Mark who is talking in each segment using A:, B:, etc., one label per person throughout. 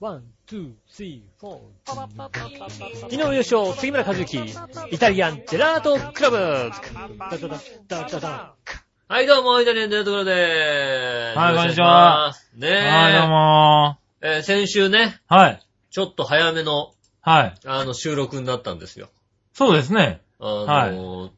A: ワン、ツー、スリー、フォー。
B: 昨
A: 昨日優勝、杉村和之、イタリアンジェラートク ラブダダダダダダ
B: はい、どうも、イタリアンジェラートクラブでーす。
C: はいこんに
B: よろしく
C: ちは
B: お願いします。ねえ。
C: はい、どうも
B: えー先週ね、
C: ー。はい。
B: ちょっと早めの、
C: はい。
B: あの、収録になったんですよ。
C: そうですね。
B: あのー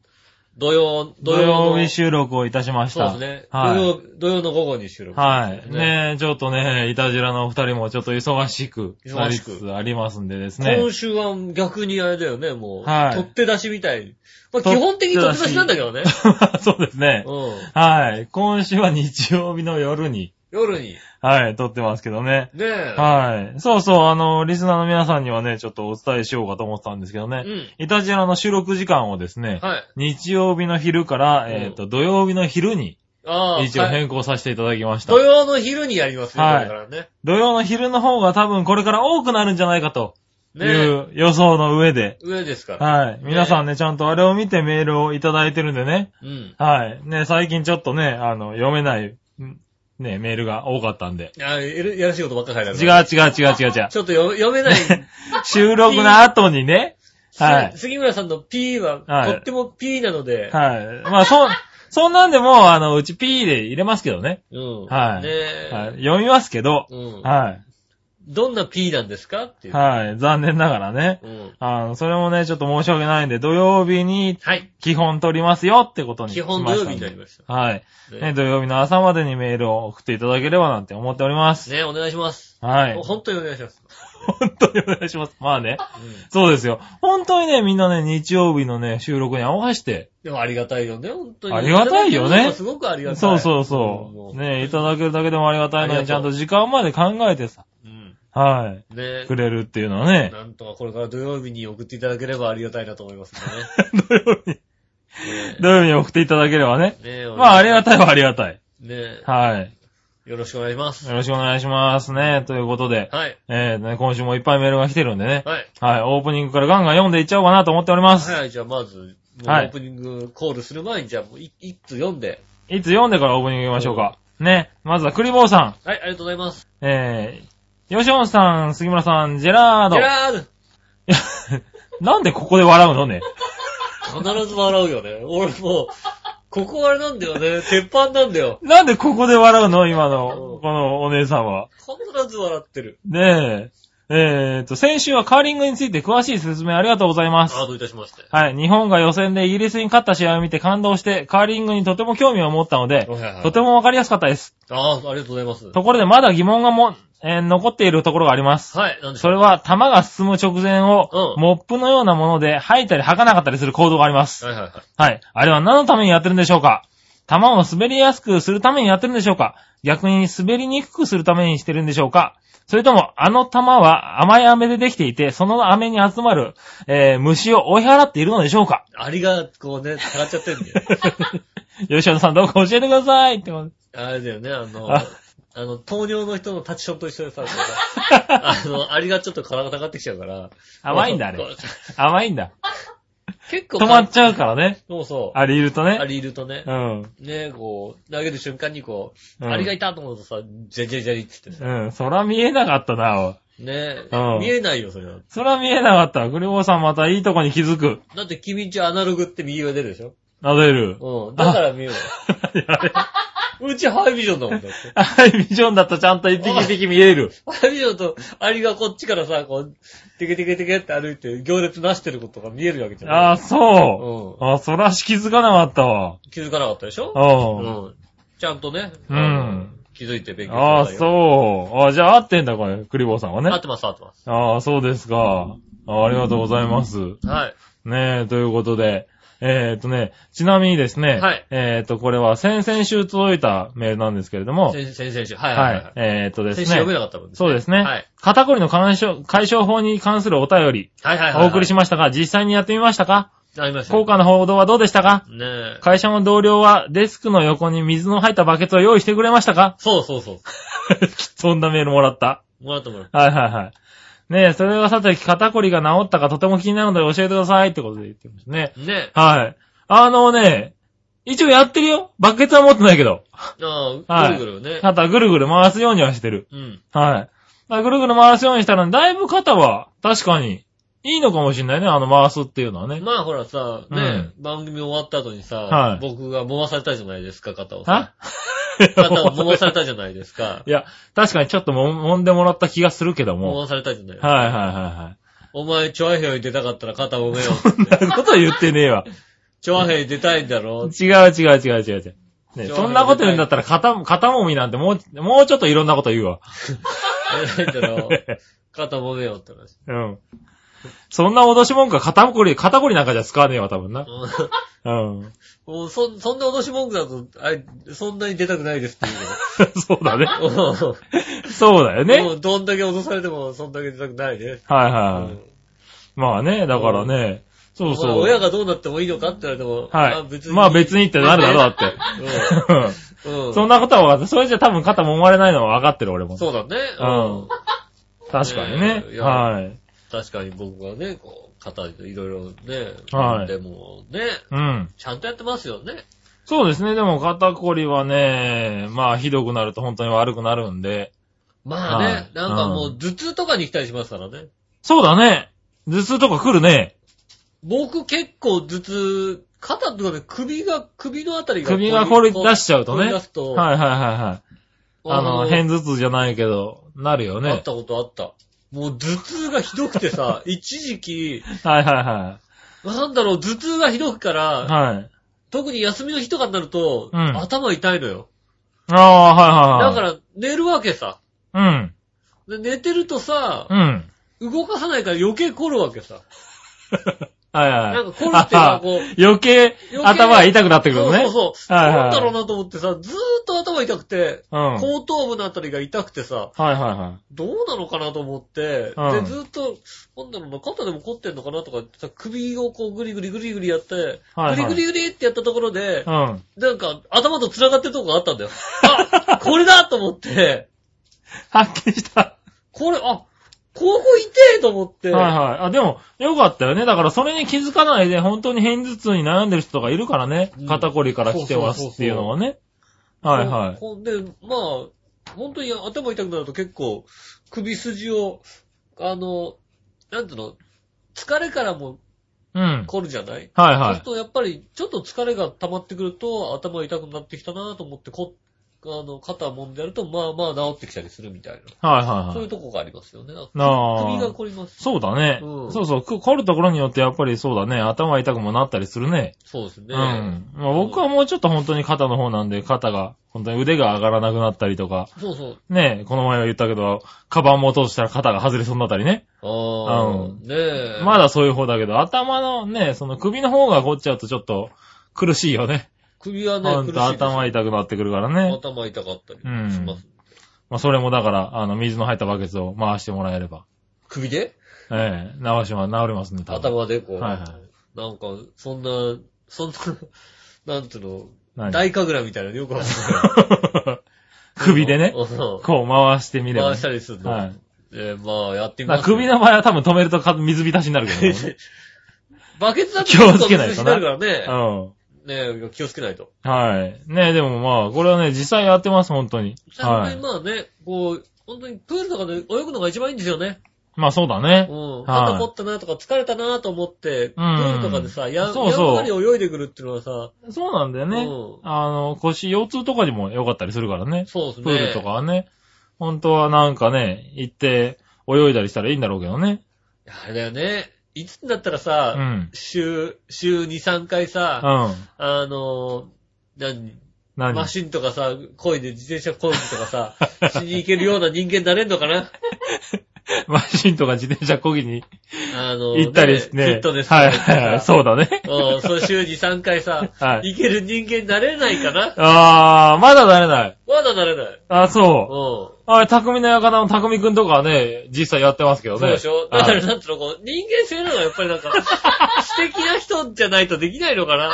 B: 土曜、
C: 土
B: 土曜の
C: 曜日収録をいたしまし
B: そう
C: た。
B: ですね。
C: はい。
B: 土曜、土曜の午後に収録。
C: は
B: ね
C: い。ねえ、ちょっとね、イタジラのお二人もちょっと忙しくなりつつありますんでですね。
B: 今週は逆にあれだよね、もう。
C: はい
B: 取って出しみたい。まあ、
C: 取
B: 基
C: っ
B: 本的に取って出しなんだけどね。
C: そうですね。
B: うん。
C: はい。今週は日曜日の夜に、
B: 夜に。
C: はい、撮ってますけどね。
B: ねえ。
C: はい。そうそう、あの、リスナーの皆さんにはね、ちょっとお伝えしようかと思ってたんですけどね。
B: うん。
C: イタジラの収録時間をですね、
B: はい。
C: 日曜日の昼から、
B: うん
C: えっ、と、土曜日の昼に、
B: ああ。
C: 一応
B: はい
C: 変更させていただきました。
B: 土曜の昼にやりますね、
C: はい
B: これからね。
C: 土曜の昼の方が多分これから多くなるんじゃないかとい
B: ねえ。
C: う予想の上で、
B: 上ですから。
C: はい。皆さんね、ちゃんとあれを見てメールをいただいてるんでね、
B: うん。
C: はい。ね、最近ちょっとね、あの、読めない、んね、メールが多かったんで。
B: あやるやらしいことばっかり書いてある。
C: 違う違う違う違う違う。
B: ちょっと読読めない。
C: 収録の後にね、はい
B: す 杉村さんの P は、
C: はい
B: とっても P なので、
C: はい。まあ、そ、そんなんでも、あの、うち P で入れますけどね。
B: うん。
C: はい
B: ねえ、
C: はい。読みますけど、
B: うん。
C: は
B: どんな P なんですかって
C: い。
B: いう。
C: はい。残念ながらね。
B: うん。
C: あの、それもね、ちょっと申し訳ないんで、土曜日に
B: はい。
C: 基本取りますよってことに
B: 基
C: しまし
B: 本
C: たん
B: 土
C: で。
B: 曜日になりました。
C: はい。ね、
B: ね
C: 土曜日の朝までにメールを送っていただければなんて思っております。
B: ねお願いします。
C: はい。
B: 本当にお願いします。
C: 本当にお願いします。まあね。
B: うん。
C: そうですよ。本当にね、みんなね、日曜日のね、収録に合わせて、
B: でもありがたいよね、本当に。
C: ありがたいよね
B: すごくありがたい。
C: そうそう
B: うん
C: そ
B: も
C: う。ね、いただけるだけでもありがたいの
B: あり
C: に、ち
B: が
C: ゃ
B: と
C: ん
B: う
C: と時間まで考えてさ、
B: うん。
C: は
B: ね
C: い、くれるっていうのはね、
B: なんとかこれから土曜日に送っていただければありがたいなと思いますね。
C: 土曜日、
B: ね
C: 土曜日に送っていただければね。
B: ね え
C: まあ、ありがたいはありがたい。
B: ねえ
C: はい。
B: よろしくお願いします。
C: よろしくお願いしますね。ということで、
B: はい。
C: えーね、今週もいっぱいメールが来てるんでね。
B: はい。
C: はい、オープニングからガンガン読んでいっちゃおうかなと思っております。
B: はい、じゃあまず、もうオ
C: はい
B: ープニングコールする前に、じゃあもうい一通読んで。
C: いつ読んでからオープニング行きましょうか。ね。まずはクリボーさ
B: はい、ありがとうございます。
C: ん。えー、ヨシオンさん、杉村さん、ジェラード
B: ジェ。ラー
C: なんでここで笑うのね。
B: ド必ず笑うよね。俺もう、ここあれなんだよね。鉄板なんだよ。
C: なんでここで笑うの今
B: うん
C: の、このお姉さんは。
B: 必ず笑ってる。
C: ねえ。えーと、先週はカーリングについて詳しい説明ありがとうございます。
B: あどういたしまして。
C: はい。日本が予選でイギリスに勝った試合を見て感動して、カーリングにとても興味を持ったので、
B: はいはい
C: とてもわかりやすかったです。
B: ああ、ありがとうございます。
C: ところでまだ疑問がも、えー残っているところがあります。
B: はい、なんでし
C: そ
B: ょう。
C: れは、弾が進む直前を、
B: うん
C: モップのようなもので吐いたり吐かなかったりする行動があります。
B: はいはいはい。
C: はい。あれは何のためにやってるんでしょうか弾を滑りやすくするためにやってるんでしょうか逆に滑りにくくするためにしてるんでしょうかそれとも、あの弾は甘い飴でできていて、その飴に集まる、えー虫を追い払っているのでしょうか
B: ありが、こうね、たらっちゃってんだ よ。
C: 吉野さんどうか教えてくださいってこと
B: あれだよね、あの、
C: あ
B: あの、糖尿の人のタチションと一緒でさ、こうさ あの、アリがちょっと体がたかってきちゃうから。
C: 甘いんだ、あ
B: こ
C: れ
B: う。
C: 甘いんだ。
B: 結構、
C: 止まっちゃうからね。
B: そうそう。
C: あれいると
B: ア
C: ね。
B: リいるとね
C: う、ん。
B: ね、こう、投げる瞬間にこう、
C: うん
B: アリがいたと思うとさ、ジェジェジェリって言ってさ、
C: うん。そら見えなかったな、おい
B: ね
C: う、ん
B: 見えないよ、それは。
C: そら見えなかった。グリボーさんまたいいとこに気づく。
B: だって君んちアナログって右上出るでしょ
C: なでる。
B: うん。だから見えない。
C: やべ。
B: うちハイビジョンだもんだって。
C: アイビジョンだとちゃんと一匹一匹見 える。
B: ハイビジョンとアリがこっちからさ、こう、テケテケテケって歩いて行列なしてることが見えるわけじゃない。
C: ああ、そう。
B: う
C: あ、そらし気づかなかったわ。
B: ん。気づかなかったでしょ
C: う
B: うん。ちゃんとね。
C: うん
B: あの。気づいて勉
C: ん。
B: 強
C: ああ、
B: してたよ
C: そう。ああ、じゃあ合ってんだ、これ。クリボーさんは
B: 合
C: ね
B: っ。てます、合ってます。
C: ああ、そうですか。ああありがとうございます。
B: はい。
C: ねえ、ということで。えーっとね、ちなみにですね。
B: はい
C: えーっと、これは先々週届いたメールなんですけれども。
B: 先先々週。はいは
C: はい
B: はいい。。
C: えーっとです
B: 先
C: ね。
B: 週読めなかったもんね。
C: そうですね。
B: はい
C: 肩こりの解消解消法に関するお便り、
B: はいはいはいはい。
C: お送りしましたが、実際にやってみましたか
B: ありました。
C: 効果の報道はどうでしたか
B: ねえ。
C: 会社の同僚はデスクの横に水の入ったバケツを用意してくれましたか
B: そうそうそ
C: そんなメールもらった。
B: う。もらったもらった。
C: はいはいはい。ねえ、それはさて、肩こりが治ったかとても気になるので教えてくださいってことで言ってますね。
B: ねえ。
C: はい。あのね、一応やってるよ。バケツは持ってないけど。
B: あ
C: は
B: あ、
C: い
B: ぐるぐるね。
C: 肩ぐるぐる回すようにはしてる。
B: うん。
C: はい。まあぐるぐる回すようにしたら、だいぶ肩は、確かに、いいのかもしれないね、あの回すっていうのはね。
B: まあほらさ、ね、番組終わった後にさ、
C: はい
B: 僕が揉まされたじゃないですか、肩を
C: は
B: さ。肩を揉まされたじゃないですか。
C: いや、確かにちょっとも、揉んでもらった気がするけど
B: 揉
C: も。
B: まされたじゃない。
C: はいはいは
B: お前、チョアヘヨに出たかったら肩揉めよう。
C: いはい。そんなこと言ってねえわ。
B: チョアヘヨに出たいんだろ。
C: 違う違う違う違う違う。ね、
B: 上
C: そんなこと言うんだったら、肩、肩もみなんてもう、もうちょっといろんなこと言うわ。
B: 出たいんだ ろ。肩揉めようって話。
C: うん。そんな脅し文句は肩こり、肩こりなんかじゃ使わねえわ、多分な。うん。
B: もうそ、そんな脅し文句だと、あれ、そんなに出たくないですって
C: そうだね。
B: 言うの。
C: そうだよ ね。
B: もうどんだけ脅されても、そんだけ出たくないね。
C: はい
B: うん
C: はい。まあね、だからね。そう
B: まあ
C: そう。
B: 親がどうなってもいいのかって言われても、
C: はい。まあ別にってなるだろ、だ って。
B: うん。うん。
C: そんなことは分かった。それじゃ多分肩揉まれないのは分かってる、俺も。
B: そうだね。
C: うん。確かにね
B: ね。え
C: はい。
B: 確かに僕はね、こう、肩いろいろね、
C: はい
B: でもね、
C: うん。
B: ちゃんとやってますよね。
C: そうですね。でも肩こりはね、まあひどくなると本当に悪くなるんで。
B: まあね、
C: はい
B: なんかもう頭痛とかに来たりしますからね。
C: そうだね。頭痛とか来るね。
B: 僕結構頭痛、肩とかね、首が、首のあたりが。
C: 首がこり出しちゃうと
B: こ
C: ね
B: り出すと、
C: はいはいはいはい。あの、
B: 変
C: 変頭痛じゃないけど、なるよ
B: あっ
C: ね。
B: たことあった。もう頭痛がひどくて さ、一時期、
C: はいは
B: なんだろう、頭痛がひどくか
C: い
B: ら、
C: はい。はい。
B: 特に休みの日とかになると、
C: うん
B: 頭痛いのよ。
C: ああ、はいはい
B: だ
C: はい。
B: から、寝るわけさ。
C: ら。
B: で寝てるとさ、
C: うん。うん。
B: 動かさないから余計凝るわけさ。
C: はいはい。
B: なんか凝るっていうのはこう
C: 余計
B: 余計
C: 頭が痛くなってくる
B: そ
C: の
B: う
C: ね。
B: そうそう。
C: はいはい
B: なんだろうなと思ってさ、ずーっと頭痛くて、
C: うん。はい
B: 後頭部のあたりが痛くてさ、
C: はいは
B: どうなのかなと思って、
C: うん
B: で、ずーっと、なんだろうな、肩でも凝ってんのかなとか、さ首をこうグリグリグリグリやって、
C: はいはい
B: グリグリグリってやったところで
C: い。う、ん。
B: なんか頭と繋がってるとこがあったんだよ。 あ、これだと思って、
C: 発見した。
B: これ、あ、ここ痛えと思って、
C: はいはい。あ、でも、よかったよね。だから、それに気づかないで、本当に偏頭痛に悩んでる人とかいるからね
B: うん。
C: 肩こりから来てますっていうのはね。はいはい。
B: ほんで、まあ、本当に頭痛くなると結構、首筋を、あの、なんていうの、疲れからも
C: うん。
B: 凝るじゃない
C: はい
B: そう
C: は
B: する
C: い。
B: と、やっぱり、ちょっと疲れが溜まってくると、頭痛くなってきたなと思って、こ、あの、肩揉んでやると、まあまあ治ってきたりするみたい
C: はい
B: な。
C: はい
B: そう。
C: はいいう
B: とこがありますよね。なんか
C: あー
B: 首が凝ります。
C: そうだね。
B: うん
C: そうそう。く凝るところによって、やっぱりそうだね。頭が痛くもなったりするね。
B: そうですね。
C: うん。まあ僕はもうちょっと本当に肩の方なんで、肩が、本当に腕が上がらなくなったりとか、
B: そうそう。
C: ねえ、この前は言ったけど、カバン持とうとしたら肩が外れそうになったりね。
B: ああ、
C: うん
B: ねえ。
C: まだそういう方だけど、頭のね、その首の方が凝っちゃうとちょっと苦しいよね。
B: 首はね、苦
C: ほん
B: しい
C: と
B: です
C: 頭痛くなってくるからね。
B: 頭痛かったりします。
C: まあそれもだから、あの、水の入ったバケツを回してもらえれば、
B: 首で
C: ええ、治しま、治りますね、多分。
B: 頭でこう、
C: はいはい
B: なんか、そんな、 そんな、なんていうの、
C: 何
B: 大神楽みたいなのよくわかんない。
C: 首でね、
B: うん
C: こう回してみれば
B: 回
C: ね、
B: したりするの。
C: はい。
B: えーまあ、やってみ
C: だ
B: ま
C: から
B: す。
C: 首の場合は多分止めるとか水浸しになるけどね。
B: バケツだと
C: 気をつけないと
B: ちょっ水に
C: な
B: るからね。
C: うん。
B: ねえ気をつけないと。
C: はい。ねでもまあ、これはね、実際やってます、本当に。は
B: 最近
C: い。
B: まあね、こう、本当にプールとかで泳ぐのが一番いいんですよね。
C: まあそうだ
B: う
C: ね。
B: ん。
C: はい
B: 肩凝ったなとか疲れたなと思って、プールとかでさ、や、やん
C: そうそう
B: わり泳いでくるっていうのはさ、
C: そうなんだよ
B: う
C: ね
B: ん。
C: あの、腰、腰痛とかにも良かったりするからね。
B: そうですね。
C: プールとか。はね。本当はなんかね、行って泳いだりしたらいいんだろうけどね。
B: あれだよね。いつになったら
C: う
B: さ、
C: ん。
B: 週、週2、3回
C: う
B: さ、
C: ん。
B: あのー、何
C: 何
B: マシンとかさ、漕いで、自転車漕いでとか さ、しに行けるような人間になれんのかな
C: マシンとか自転車こぎに
B: あのー、
C: 行ったりし
B: ね
C: ね。
B: フィットネスとか
C: はいはいはい。そうだね。
B: うん、そう週に3回さ、
C: はい
B: 行ける人間になれないかな
C: あー、まだ慣れない。
B: まだなれない。
C: あ、
B: うん。
C: そ
B: そ
C: う。あれ、匠の館の匠くんとかはね、実際やってますけど
B: う
C: ね。
B: でしょ
C: はい
B: だからなんつうの、こう、人間性なのはやっぱり なんか、素敵な人じゃないとできないのかな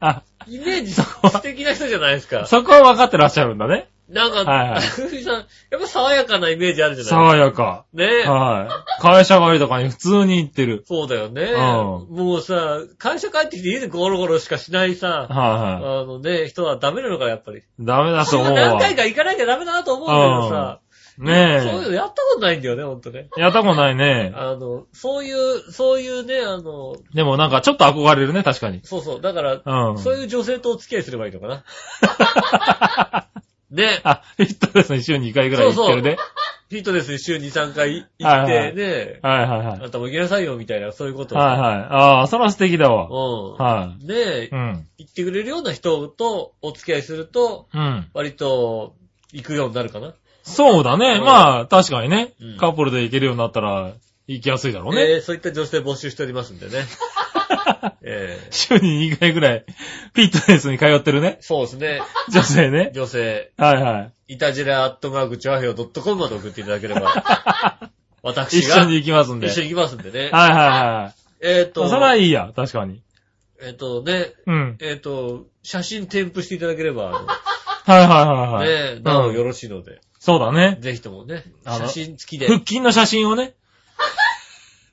C: あ、
B: イメージ素敵な人じゃないですか。
C: そこは分かってらっしゃるんだね。
B: なんか、
C: はいはい
B: ふみさん、やっぱ爽やかなイメージあるじゃない
C: 爽やか。
B: ねえ。
C: はい。会社帰りとかに普通に行ってる。
B: そうだよね。
C: う
B: もうさ、会社帰ってきて家でゴロゴロしかしないさ、あ
C: はいは
B: のね、人はダメなのか、やっぱり。
C: い。ダメだと思うわ。
B: 何回か行かなきゃダメだなと思うんだけどさ、そういう
C: ね
B: のやったことないんだよね、ほんとね。
C: え。やったことないね。
B: あの、そういう、そういうね、あの、
C: でもなんかちょっと憧れるね、確かに。
B: そうそう、だから、
C: うん。
B: そういう女性とお付き合いすればいいのかな。 ね、
C: あ、ヒットですね、週2回ぐらい行ってるね。
B: フィットネスに週2、3回行っ
C: はいは
B: て
C: い
B: ね、
C: はいはいは
B: あ
C: い。
B: なたも行きなさいよ、みたいな、そういうことを。
C: はいはい。ああ、それは素敵だわ。
B: う
C: は
B: ん。で
C: い。う、ん。
B: 行ってくれるような人とお付き合いすると、
C: うん。
B: 割と、行くようになるかな。
C: そうだね。
B: うん
C: まあ、確かにね
B: うん。
C: カップルで行けるようになったら、行きやすいだろうね。
B: えーそういった女性募集しておりますん でね。えー
C: 週に2回ぐらい、フィットネスに通ってるね。
B: そうですね。
C: 女性ね。
B: 女性、
C: はいはい
B: たじらアットマークチョアヘヨドットコムまで送っていただければ、
C: い。
B: 私
C: 一緒
B: が
C: に行きますんで。
B: 一緒に行きますんでね。
C: はいはいはい。
B: えっ、と、
C: それはいいや、確かに。
B: えっ、とね、
C: うん。
B: えっ、と、写真添付していただければ、
C: はいはいはいはい。
B: ね、なおよ
C: うん
B: ろしいので、
C: そうだね。
B: ぜひともね、
C: あ
B: 写
C: の
B: 真付きで、
C: 腹筋の写真をね、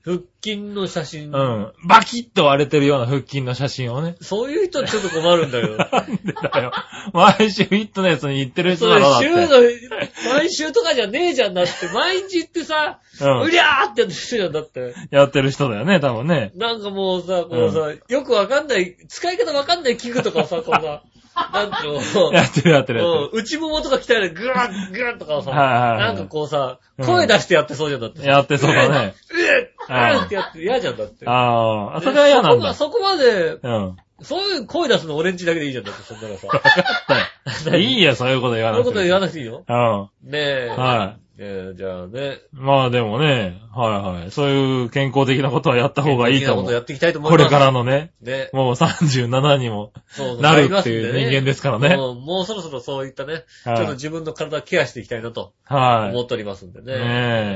B: 腹筋の写真、
C: うん。バキッと割れてるような腹筋の写真をね。
B: そういう人ちょっと困るんだけど、
C: なんでだよ。毎週フィットネスに行ってる人
B: そ
C: だ
B: れ
C: ろだって。
B: 週の、毎週とかじゃねえじゃんだって、毎日行ってさ、
C: う。
B: うんりゃーってやってるじゃんだって。
C: やってる人だよね、多分ね。
B: なんかもうさ、こうさ、よくわかんない、使い方わかんない器具とかをさ、こうさ、なんていうの
C: やってるやってるや
B: う
C: っ
B: ん、内ももとか鍛える、ぐらッぐらッとかをさ、
C: はいはいはい
B: なんかこうさ、
C: うん
B: 声出してやってそうじゃんだって
C: て。る。やってそうだね。
B: う
C: うん
B: っ、ってやって嫌じゃんだって。
C: ああ、それは嫌なんだ。
B: そこまで、
C: うん。
B: そういう声出すの俺んちだけでいいじゃんだって、そんな のさ。
C: いいや、そういうこと言わ
B: そう
C: な
B: いう
C: く
B: こと
C: て。
B: 言わなくていいよ。
C: う
B: ね
C: ん。
B: え。
C: はい。
B: えーじゃあね。
C: まあでもね、はいはい。そういう健康的なことはやった方がい
B: 元
C: いと
B: 気なこ
C: 思
B: とや
C: う。
B: っていきたいと思い
C: こ
B: ます。
C: れからのね、
B: ね。
C: もう37にも
B: そうそう
C: なるっていう人間ですからね。
B: もうもうそろそろそういったね、ちょっと
C: は
B: 自分の体をケアしていきたいなと
C: い。は
B: 思
C: い。
B: っておりますんでね。
C: ね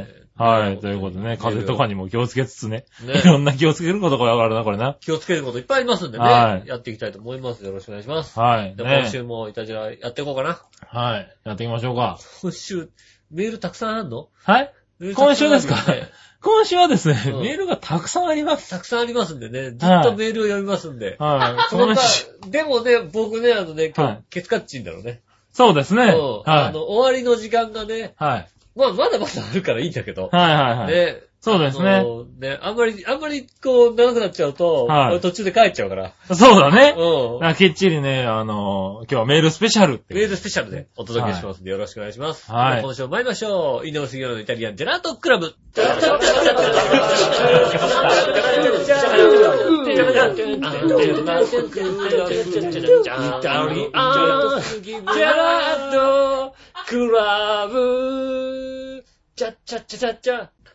C: え。はい。ということでね、風邪とかにも気をつけつつね。
B: ね
C: いろんな気をつけることがあるな、これな。
B: 気をつけることいっぱいありますんでね、
C: はい
B: やっていきたいと思います。よろしくお願いします。
C: はい。
B: じゃあ今
C: ね
B: 週もいたじらやっていこうかな。
C: はい。やっていきましょうか。
B: 今週、メールたくさんあるの
C: はい。
B: メールたくさんあるん
C: 今週です今週はですね、
B: うん
C: メールがたくさんあります。
B: たくさ んありますんでね、ずっとメールを読みますんで。
C: はい。
B: そ
C: こ
B: の
C: の
B: 他
C: 週、
B: でもね、僕ね、あのね、今日
C: はい
B: ケツカッチンだろうね。
C: そうですね。
B: う
C: は
B: ん
C: い。
B: あ
C: はい
B: の、終わりの時間がね、。
C: はい
B: まあ、まだまだあるからいいんだけど。
C: はいはい。
B: ね。
C: そうですね
B: あの。ね、あんまり、あんまりこう、長くなっちゃうと、
C: はい
B: 俺途中で帰っちゃうから。
C: そうだね。
B: うん。
C: あきっちりね、あのー、今日はメールスペシャルって
B: メ
C: い
B: ー
C: う。
B: ルスペシャルでお届けしますんで、よろしくお願いします。
C: はい
B: で今週も参りましょう。井上杉浦のイタリアンジェラートクラブ。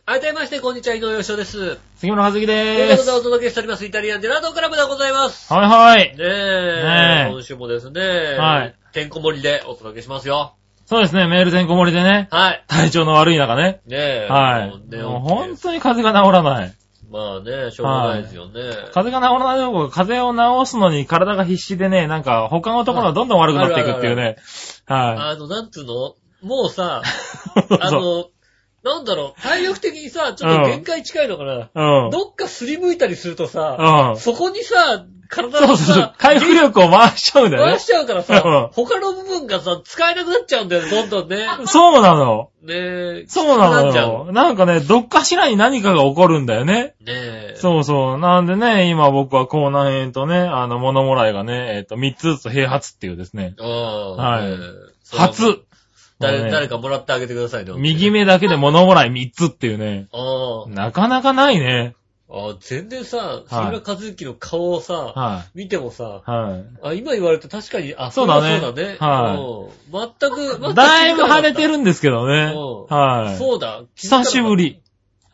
B: あいたいまして、こんにちは、井上洋翔です。
C: 杉村はずき
B: という
C: で
B: こと
C: す
B: で。お届けしております、イタリアンジェラートクラブでございます。
C: はいは
B: ね
C: い。
B: え、
C: ねえ
B: 今週もですね、
C: はい
B: てんこ盛りでお届けしますよ。
C: そうですね、メールてんこ盛りでね、
B: はい。
C: 体調の悪い中ね。
B: ねえ。
C: はい。
B: ね
C: もう本当に風邪が治らない。
B: まあね、しょうがないですよね。
C: 風邪が治らないどころか風邪を治すのに体が必死でね、なんか他のところはどんどん悪くなっていくっていうね。は
B: あの、なんつうのもうさ、
C: い。
B: あ
C: そう
B: の、なんだろう、体力的にさ、ちょっと限界近いのかな。
C: うん。
B: どっかすりむいたりするとさ、
C: うん。
B: そこにさ、体
C: そ
B: を
C: うそうそう
B: さ。、
C: 回復力を回しちゃうんだよ
B: 回
C: ね
B: し。ちゃうから
C: うん
B: さ、他の部分がさ、使えなくなっちゃうんだよね、どんどん ね。
C: そうなの。
B: ねえ。
C: そうな
B: き
C: の
B: つくっちゃう
C: よ。なんかね、どっかしらに何かが起こるんだよね。
B: ねえ。
C: そうそう。なんでね、今僕は口内炎とね、あの、物もらいがね、えっ、と、3つずつ併発っていうですね。
B: ああ。
C: はい
B: ねえ。
C: 初もう
B: 誰、
C: ね
B: 誰かもらってあげてくださいね。
C: 右。目だけで物もらい3つっていうね。
B: ああ。
C: なかなかないね。
B: ああ、全然さ、杉村和之の顔をさ、
C: は
B: 見てもさ
C: い。、は
B: あ、今言われて確かに、あ、
C: そうだね
B: そうだね。
C: はい
B: うん全く、全
C: い。
B: く
C: だいぶ腫れて
B: る。
C: るんですけどね
B: う。ん
C: はい。
B: そうだ。
C: 久しぶり。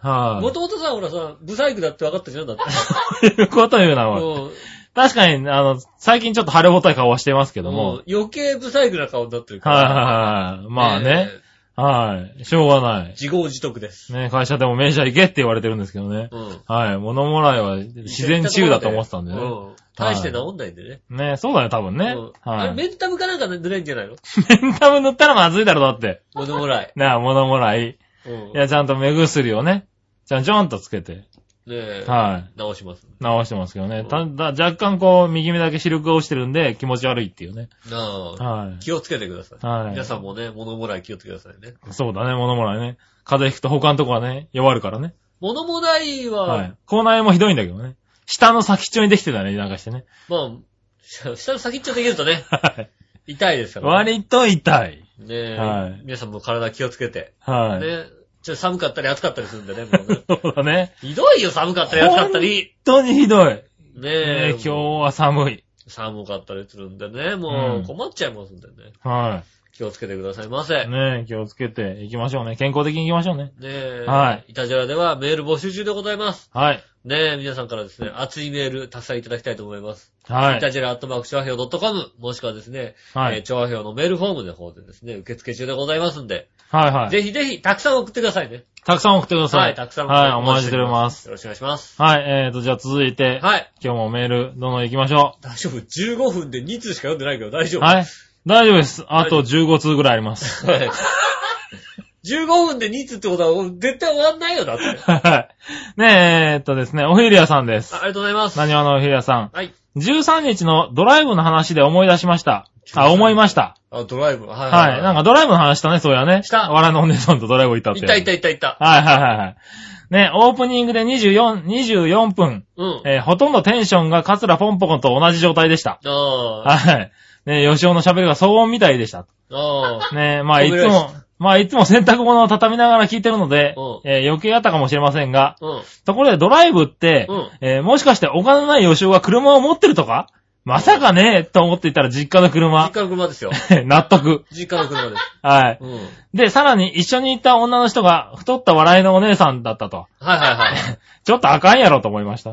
B: も
C: は
B: ともとさ、ほらさ、ブサイクだって分かったじゃんだって。
C: い。という こと言うな、
B: う
C: おい
B: ん
C: 確かに、あの、最近ちょっと腫れぼったい顔はしてますけども。
B: うん余計ブサイクな顔になってるから。
C: はいはいはい。まあね。
B: えー。
C: はい。しょうがない。
B: 自業自得です。
C: ね、会社でも名車行けって言われてるんですけどね。
B: うん。
C: はい。物もらいは自然治癒だと思ってたんで
B: う
C: ね。
B: ん。大して治んないんでね。
C: ね、そうだよ、多分ね
B: うん。あ
C: は
B: れ、
C: い。
B: メンタムかなんかで塗れんじゃないの
C: メンタム塗ったらまずいだろ、だって。
B: も のもらい。
C: なあ、物もらい。
B: うん
C: い。や、ちゃんと目薬をね、ちゃんちょんとつけて。
B: ねえ、
C: はい。
B: 直します。
C: 直してますけどね。ただ、若干こう、右目だけ視力が落ちてるんで、気持ち悪いっていうね。
B: なあ、
C: は
B: 気をつけてください。
C: い。は
B: 皆
C: い。
B: さんもね、物もらい気をつけてくださいね。
C: そうだね、物もらいね。風邪ひくと他のとこはね、弱るからね。
B: 物もらいは、
C: はい。口内炎もひどいんだけどね。下の先っちょにできてたね、なんかしてね。
B: まあ、下下の先っちょできるとね、
C: はい。
B: 痛いですからね。
C: 割と痛い。
B: ねえ、
C: はい
B: 皆さんも体気をつけて。
C: はい。
B: ね、ちょっと寒かったり暑かったりするんでね、もうね
C: そうだね。
B: ひどいよ、寒かったり暑かったり。
C: 本当にひどい。
B: ねえ、
C: ね今日は寒い。
B: 寒かったりするんでね、もう困っちゃいますんでね。
C: は
B: 気をつけてくださいませ。
C: い。
B: ね
C: ね気をつけていきましょうね。健康的にいきましょうね。
B: え、。
C: はい
B: いたじらではメール募集中でございます。
C: はい。
B: ねえ、皆さんからですね、熱いメールたくさんいただきたいと思います。
C: はい
B: た
C: い。
B: じらアットマーク調和表 .com もしくはですね、
C: は
B: えー
C: い。
B: 調和表のメールフォームの方でですね、受付中でございますんで、
C: はいはい。
B: ぜひぜひたくさん送ってくださいね。
C: たくさん送ってください。
B: はい、たくさん送って
C: はい、お待ちしております。
B: よろしくお願いします。
C: はい、えーと、じゃあ続いて、
B: はい。
C: 今日もメール、どんどん行きましょ
B: 大丈夫 ?15 分で2通しか読んでないけど大丈
C: う。
B: 夫
C: はい。大丈夫です。あと
B: 大
C: 15通ぐらいあります。
B: はい。15分で2通ってことは絶対終わんないよ、だって。
C: はい。ねえ、えーっとですね、オフィリアさんです
B: あ。ありがとうございます。
C: 何話のオフィリアさ
B: はい。
C: ん。13日のドライブの話で思い出しました。あ、思いました。
B: あ、ドライブ。はいはい、
C: はい。なんかドライブの話したね、そうやね。
B: した
C: 笑いのお姉さんとドライブ行ったって。
B: いたいたいたいた。
C: はいはいはいはい。ね、オープニングで24、24分、
B: うん。
C: えーほとんどテンションがカツラポンポコンと同じ状態でした。
B: ああ。
C: はい。ね、吉尾の喋りが騒音みたいでした。
B: ああ。
C: ね、まあいつ
B: お願い
C: も、まあいつも洗濯物を畳みながら聞いてるので
B: う、
C: えー余計あったかもしれませんが、
B: うん。
C: ところでドライブって
B: うん、
C: えーもしかしてお金のない吉尾が車を持ってるとかまさかね、と思っていたら実家の
B: 実
C: 車。
B: 家の車ですよ。
C: 納得。
B: 実家の車です。
C: はい。
B: うん。はい
C: で、さらに一緒にいた女の人が太った笑いのお姉さんだったと。
B: はいはい。
C: ちょっとあかんやろと思いました。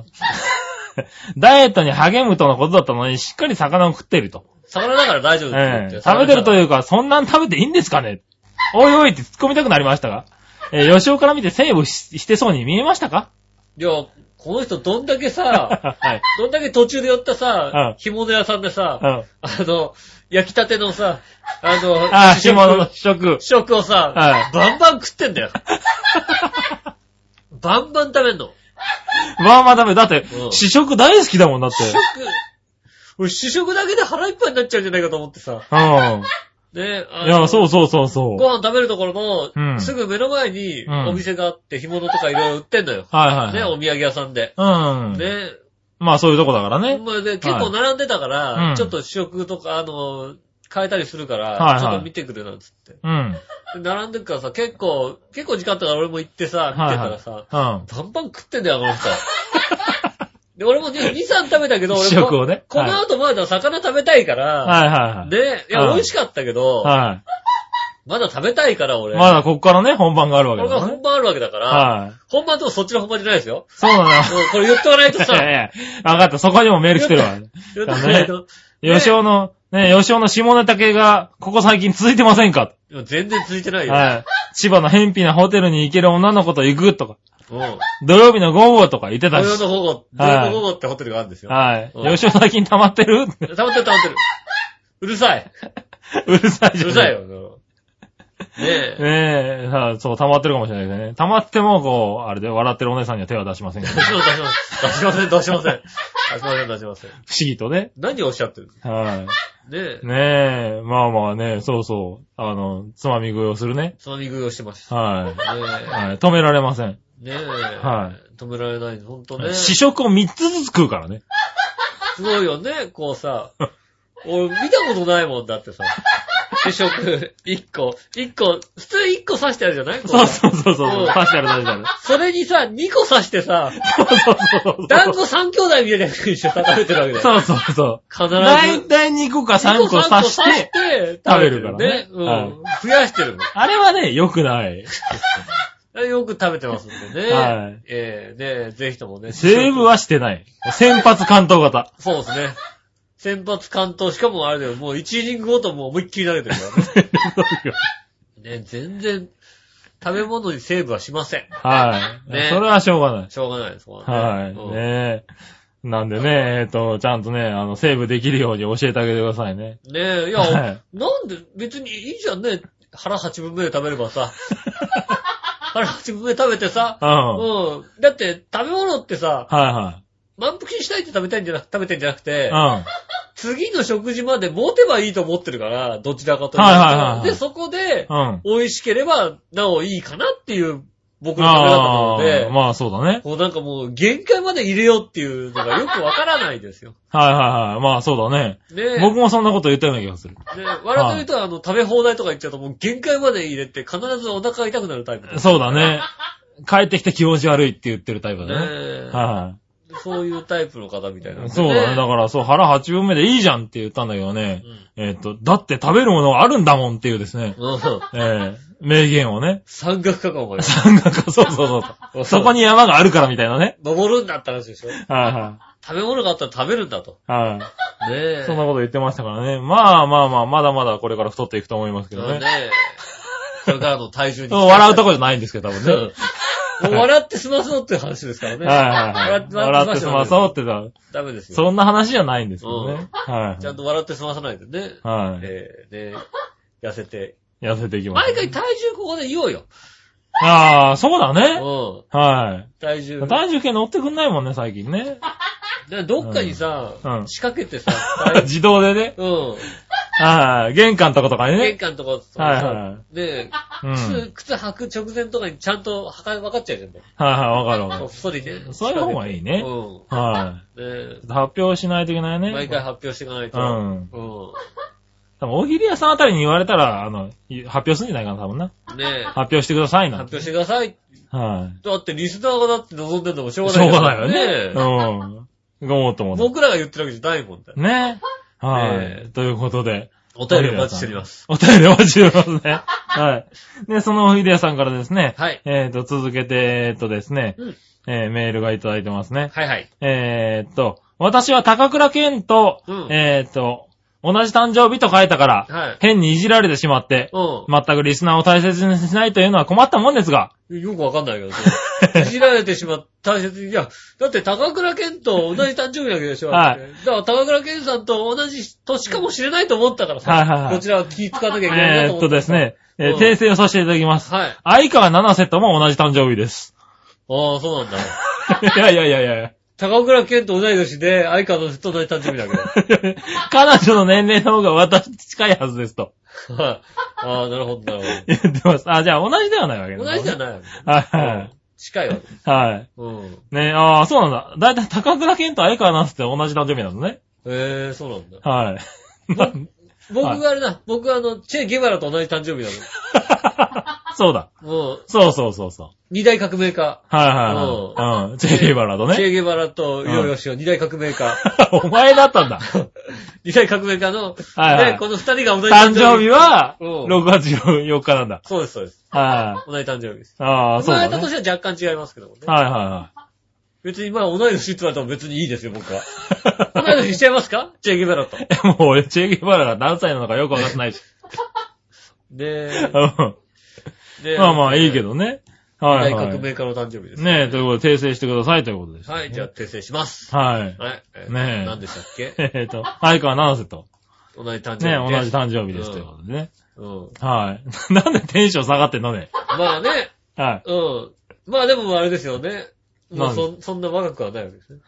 C: ダイエットに励むとのことだったのに、しっかり魚を食っていると。
B: 魚だから大丈夫ですよ
C: え
B: って。
C: え食べてると
B: う。
C: いうか、そんなん食べていいんですかねおいおいって突っ込みたくなりましたが。えー、吉尾から見てセーブししてそうに見えましたか
B: いや、この人どんだけさ、
C: はい。
B: どんだけ途中で寄った
C: うん
B: さ、干物屋さんで
C: う
B: さ、
C: ん。
B: あの、焼きたてのさ、あの、
C: あー、
B: 試食
C: 干物の試 食。
B: 試食をさ、
C: はい
B: バンバン食ってん だよ。バンバン食べんの。
C: まあまあダメ。だって
B: う、ん
C: 試食大好きだもんだって。
B: 俺主食だけで腹いっぱいになっちゃうんじゃないかと思ってさ。
C: う
B: ね、あ。
C: ん。いや、そううそうそうそ
B: ご
C: う。
B: 飯食べるところ
C: う
B: の、
C: ん
B: すぐ目の前に
C: うん
B: お店があって、干物とかいろいろ売ってんのよ。
C: はいはい
B: ね、
C: はい。
B: お土産屋さんで。
C: うん。
B: ね、
C: まあそういうとこだからね。
B: まあで結構並んでたか
C: う
B: ら
C: ん、
B: ちょっと主食とか、あの、変えたりするか
C: はいは
B: ら、
C: い
B: ちょっと見てくれなんつって。
C: うん。
B: で並んでるからさ、結構、結構時間あったから俺も行ってさ、見てたらさ、
C: うん。
B: バンバン食ってんだよ、この人。 で、俺も2、3食べたけど、俺
C: 試食をね
B: ここの後まだ魚食べたいから、
C: はいはいはい。
B: で、いや、
C: うん
B: 美味しかったけど、
C: は
B: まだ食べたいから、
C: い。
B: 俺。
C: まだこっからね、本番があるわ
B: これ
C: け
B: が
C: だからね
B: 本。番あるわけだから、
C: はい。
B: 本番とかそっちの本番じゃないですよ。
C: そうだな。
B: もうこれ言っておかないと
C: いやい
B: さ、
C: や、分かった、そこにもメール来てるわ。
B: 言っておかないと。ね
C: 吉尾の、ね、吉尾の下ネタ系が、ここ最近続いてませんか
B: でも全然続いてないよ。
C: はい。千葉の偏僻なホテルに行ける女の子と行くとか、
B: うん。
C: 土曜日の午後とか言って
B: 土
C: たし。
B: 曜の午後、土曜の午後ってホテルがあるんですよ。
C: はい。
B: うん
C: 吉尾最近溜まってる
B: 溜まってる溜まってる。うるさい。
C: うるさいうじゃん。
B: る さい。よ。ねえ。
C: ねえ、さあそう、溜まってるかもしれないけどね。溜まっても、こう、あれで笑ってるお姉さんには手は出しません けど、
B: 出
C: 不
B: しません、出しません、出しません。出しません、出しません、出しません。
C: 思議とね。
B: 何をおっしゃってるんです
C: は
B: かねえ
C: い。。ねえ、まあまあね、そうそう。あの、つまみ食いをするね。
B: つまみ食いをしてました。
C: は
B: ね
C: い。はい、止められません。
B: え。ねえ。
C: は
B: 止められない。ほんとね。
C: 試食を3つずつ食うからね。
B: すごいよね、こうさ。俺見たことないもんだってさ。試食、1個、1個、普通1個刺してあるじゃないこ
C: そうそうそうそうう。
B: ん
C: 刺してある刺してある。
B: それにさ、2個刺してさ、団子3兄弟みたいなやつにして食べてるわけだよ。
C: そうそうそう。
B: 必ず。
C: だいたい2個か3個刺
B: 二個三個刺
C: して、
B: て
C: 食べるか
B: 食べてる
C: らねは
B: ねうん。増やしてるの。
C: あれはね、良くない。
B: よく食べてますんでね。
C: はい。
B: ええねぜひともね。
C: セーブはしてない。先発関東型。
B: そうですね。先発関東、しかもあれだよ、もう1イニングごともう思いっきり投げてるからね。ね全然、食べ物にセーブはしません。
C: はい。
B: ね
C: それはしょうがない。
B: しょうがないですもんね。
C: はい。
B: うん
C: ねえ。なんでね、えっと、ちゃんとね、あの、セーブできるように教えてあげてくださいね。
B: ねえ、いや、
C: はい
B: なんで、別にいいじゃんね。腹八分目で食べればさ。 腹八分目食べてさ、
C: うん。はい
B: うん。だって、食べ物ってさ、
C: は
B: 満腹にしたいって食べたいんじゃなく、食べてんじゃなく
C: い。
B: て
C: うん。、はい
B: 次の食事まで持てばいいと思ってるから、どちらかというと。
C: はいはいはいはい
B: で、そこで
C: う、ん。
B: 美味しければ、なおいいかなっていう、僕の考えだと思う
C: あ
B: ので
C: あ、、まあそうだね。
B: もうなんかもう、限界まで入れようっていうのがよくわからないですよ。
C: はいはいはい。まあそうだね。
B: ねえ。
C: 僕もそんなこと言ったような気がする。
B: ね、我々というと、あの、食べ放題とか言っちゃうと、もう限界まで入れて、必ずお腹痛くなるタイプです。
C: そうだね。帰ってきて気持ち悪いって言ってるタイプ
B: ね
C: だね。
B: え
C: は
B: そういうタイプの方みたいなん
C: い。
B: で
C: そうだね。だからそう、腹八分目でいいじゃんって言ったんだけどね。えっと、だって食べるものがあるんだもんっていうです ね。
B: うん。うん。
C: ええ、名言をね。
B: 山岳かかお前。
C: 山岳そうそうそう そう。そこに山があるからみたいなね。
B: 登るんだったらしいで しょ。
C: はいは
B: 食べ物があったら食べるんだと。
C: い。はい。
B: ねえ。
C: そんなこと言ってましたからね。まあまあまあ、まだまだこれから太っていくと思いますけど
B: そうね
C: ね。
B: え。これからの体 重に。
C: そう笑うとこじゃないんですけど、多分ね。
B: うんもう笑って済まそうっていう話ですからね。
C: はいはいはい。
B: 笑
C: 笑
B: っ
C: ってて
B: 済
C: 済
B: ま
C: ま
B: そ
C: そううってた。
B: ダメですよ。
C: そんな話じゃないんですけどね。は
B: ちゃん
C: い。
B: と笑って済まさないとね。
C: はい。
B: ええ、ねえ痩せて。
C: 痩せていきます。
B: 毎回体重ここで言おうよ。
C: ああ、そうだ
B: う
C: ね。
B: ん。
C: はい。
B: 体重。
C: 体重計乗ってくんないもんね、最近ね。
B: だどっかにさ、
C: うん
B: 仕掛けて さ、
C: 自動でね。
B: うん。
C: はい。玄関とことかに
B: 玄
C: ね。
B: 関とかさ、
C: はいは
B: で、
C: うん。はい
B: 靴、靴履く直前とかにちゃんと履か、分かっちゃうじゃん。も
C: はい、わかるわか
B: う
C: る。
B: そっそりね。
C: そういう方がいいね
B: う
C: は
B: ん。ね
C: い。発表しないといけないね。
B: 毎回発表していかないと。
C: うん
B: う
C: 多分、大喜利屋さんあたりに言われたら、あの、い発表するんじゃないかな、多分な。
B: ん。 ね
C: 発表してください
B: 発
C: な。
B: 表してください。
C: は
B: だってリスナーがだって望んでるのもしょう
C: い。
B: が
C: し
B: ない
C: ょう
B: じゃ
C: が
B: ん。
C: ないよね。
B: ね
C: うん。ごもっともだ。
B: 僕らが言ってるわけじゃないもんだよ。
C: ね。
B: ね
C: は
B: え
C: い。ということで。
B: お便りお待ちしております。
C: お便りお待ちしておりますね。はい。で、そのヒデヤさんからですね。
B: はい
C: えっと、続けて、えっとですね。
B: うん
C: えーメールがいただいてますね。
B: はいはい。
C: えーっと、私は高倉健と、
B: うん
C: えーっと、同じ誕生日と書いたから、
B: はい
C: 変にいじられてしまって、
B: うん。
C: 全くリスナーを大切にしないというのは困ったもんですが、
B: よくわかんないけど ね。いじられてしまった大切に。いや、だって高倉健と同じ誕生日なわけでしょ。
C: はい
B: だから高倉健さんと同じ年かもしれないと思ったからさ。
C: はいはいはい
B: こちらは気使わなきゃいけないな
C: え
B: と思
C: ーっ
B: って。
C: とです。ね、えー
B: うん
C: 訂正をさせていただきます。
B: はい。あ
C: 相川七瀬とも同じ誕生 日です。
B: あ、そうなんだ。
C: いやいやいやいや。
B: 高倉健と同い年で、相川の人と同じ誕生日だけ
C: 彼女の年齢の方が私近いはずですと。
B: ど。はい。ああ、なるほど、なる
C: 言ってます。あ、じゃあ同じではないわけ
B: ほど。同じじゃ
C: な
B: な
C: い。
B: い。
C: は
B: 近いわけ。
C: い。はい。
B: うん。
C: ねああ、そうなんだ。だいたい高倉健と相川七瀬って同じ誕生日なのね。
B: ええ、そうなんだ。
C: はい。なん
B: 僕があれだ。僕はあの、チェ・ゲバラと同じ誕生日な
C: そうだ。
B: の。もう、
C: そうそうそうそう。
B: 二大革命家。
C: はいはいはい。うん。チェリーバラと
B: チェ・
C: ね。
B: ゲバラとヨーヨーシオ、二大革命 家。
C: お前だったんだ。
B: 二大革命家の、
C: はいはい
B: ね、この二人が同じ
C: 誕生日は、
B: うん
C: 6月14日なんだ。
B: そうです、そうです。
C: は
B: 同じ誕生日です。
C: い。ああ、
B: 生
C: そう
B: ま
C: だ
B: れた
C: ね。
B: 年は若干違いますけどもね。
C: はいは
B: 別に、まあ、同い年って言われても別にいいですよ、僕 は。同い年にしちゃいますかチェ・ゲバラと。
C: いはい。も う俺、チェリーバラが何歳なのかよくわかってないし。
B: で、
C: うん
B: で
C: まあまあ、いいけ。どね。は
B: 二
C: い
B: 大
C: は
B: 革
C: い。
B: 命家の誕生日です。
C: ねえ、ということで、訂正してくださいということです。
B: はい、じゃあ訂正します。
C: はい。
B: はい。えー
C: ねえ
B: 何でしたっ け
C: えっと、相川七瀬と、
B: 同じ誕生日です。
C: ね、同じ誕生日ですということでね。
B: うん。
C: はい。 なんでテンション下がってんのね。
B: まあね、
C: はい。
B: うん。まあでもあれですよね。まあ
C: 何
B: そん、そんな若くはないわけですね。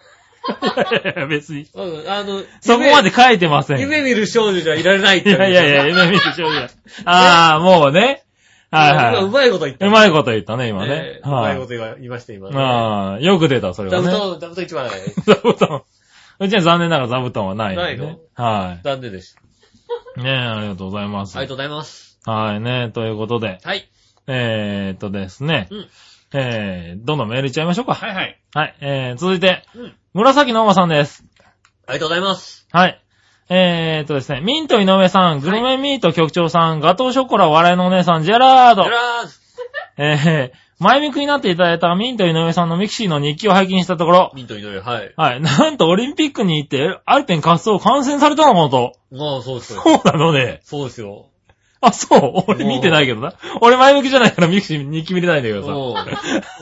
C: いやいや別に。
B: うん、あの、
C: そこまで書いてません。い
B: 夢見る少女じゃいられないって。
C: やいやいや、夢見る少女。 ああ、もうね。はい
B: 今う
C: は
B: まいこと言っ
C: い。
B: た。
C: うまいこと言ったね、今
B: ね
C: ね。
B: うまい
C: は
B: こ
C: い。
B: と言いました、今ね。
C: ああ、よく出た、それ
B: ダ
C: は
B: ブ
C: ね。
B: トン、ダブトン一番ない。
C: 座布団。うちは残念ながら座布団はない、ね。
B: ないの
C: は
B: 残念でした。
C: い。ねえ、ありがとうございます。
B: ありがとうございます。
C: はいね、ということで。
B: はい。
C: えーっとですね。
B: うん
C: えー、どんどんメールいっちゃいましょうか。はい。
B: いはい。
C: えー、続いて、
B: うん
C: 紫のおばさんです。
B: ありがとうございます。
C: はい。えーっとですね、ミント井上さん、グルメミート局長さん、ガトーショコラ笑いのお姉さん、ジェラード
B: よ。ろし
C: えー、前向きになっていただいたミント井上さんのミクシーの日記を拝見したところ
B: く、ミントいろいろ、はい。
C: はい、なんとオリンピックに行って、アルペン滑走を観戦されたのかと。
B: まあ、そうですよ。
C: そうなのね。
B: そうですよ。
C: あ、そう。俺見てないけどな。俺前向きじゃないからミクシー日記見れないんだけ
B: うん
C: ど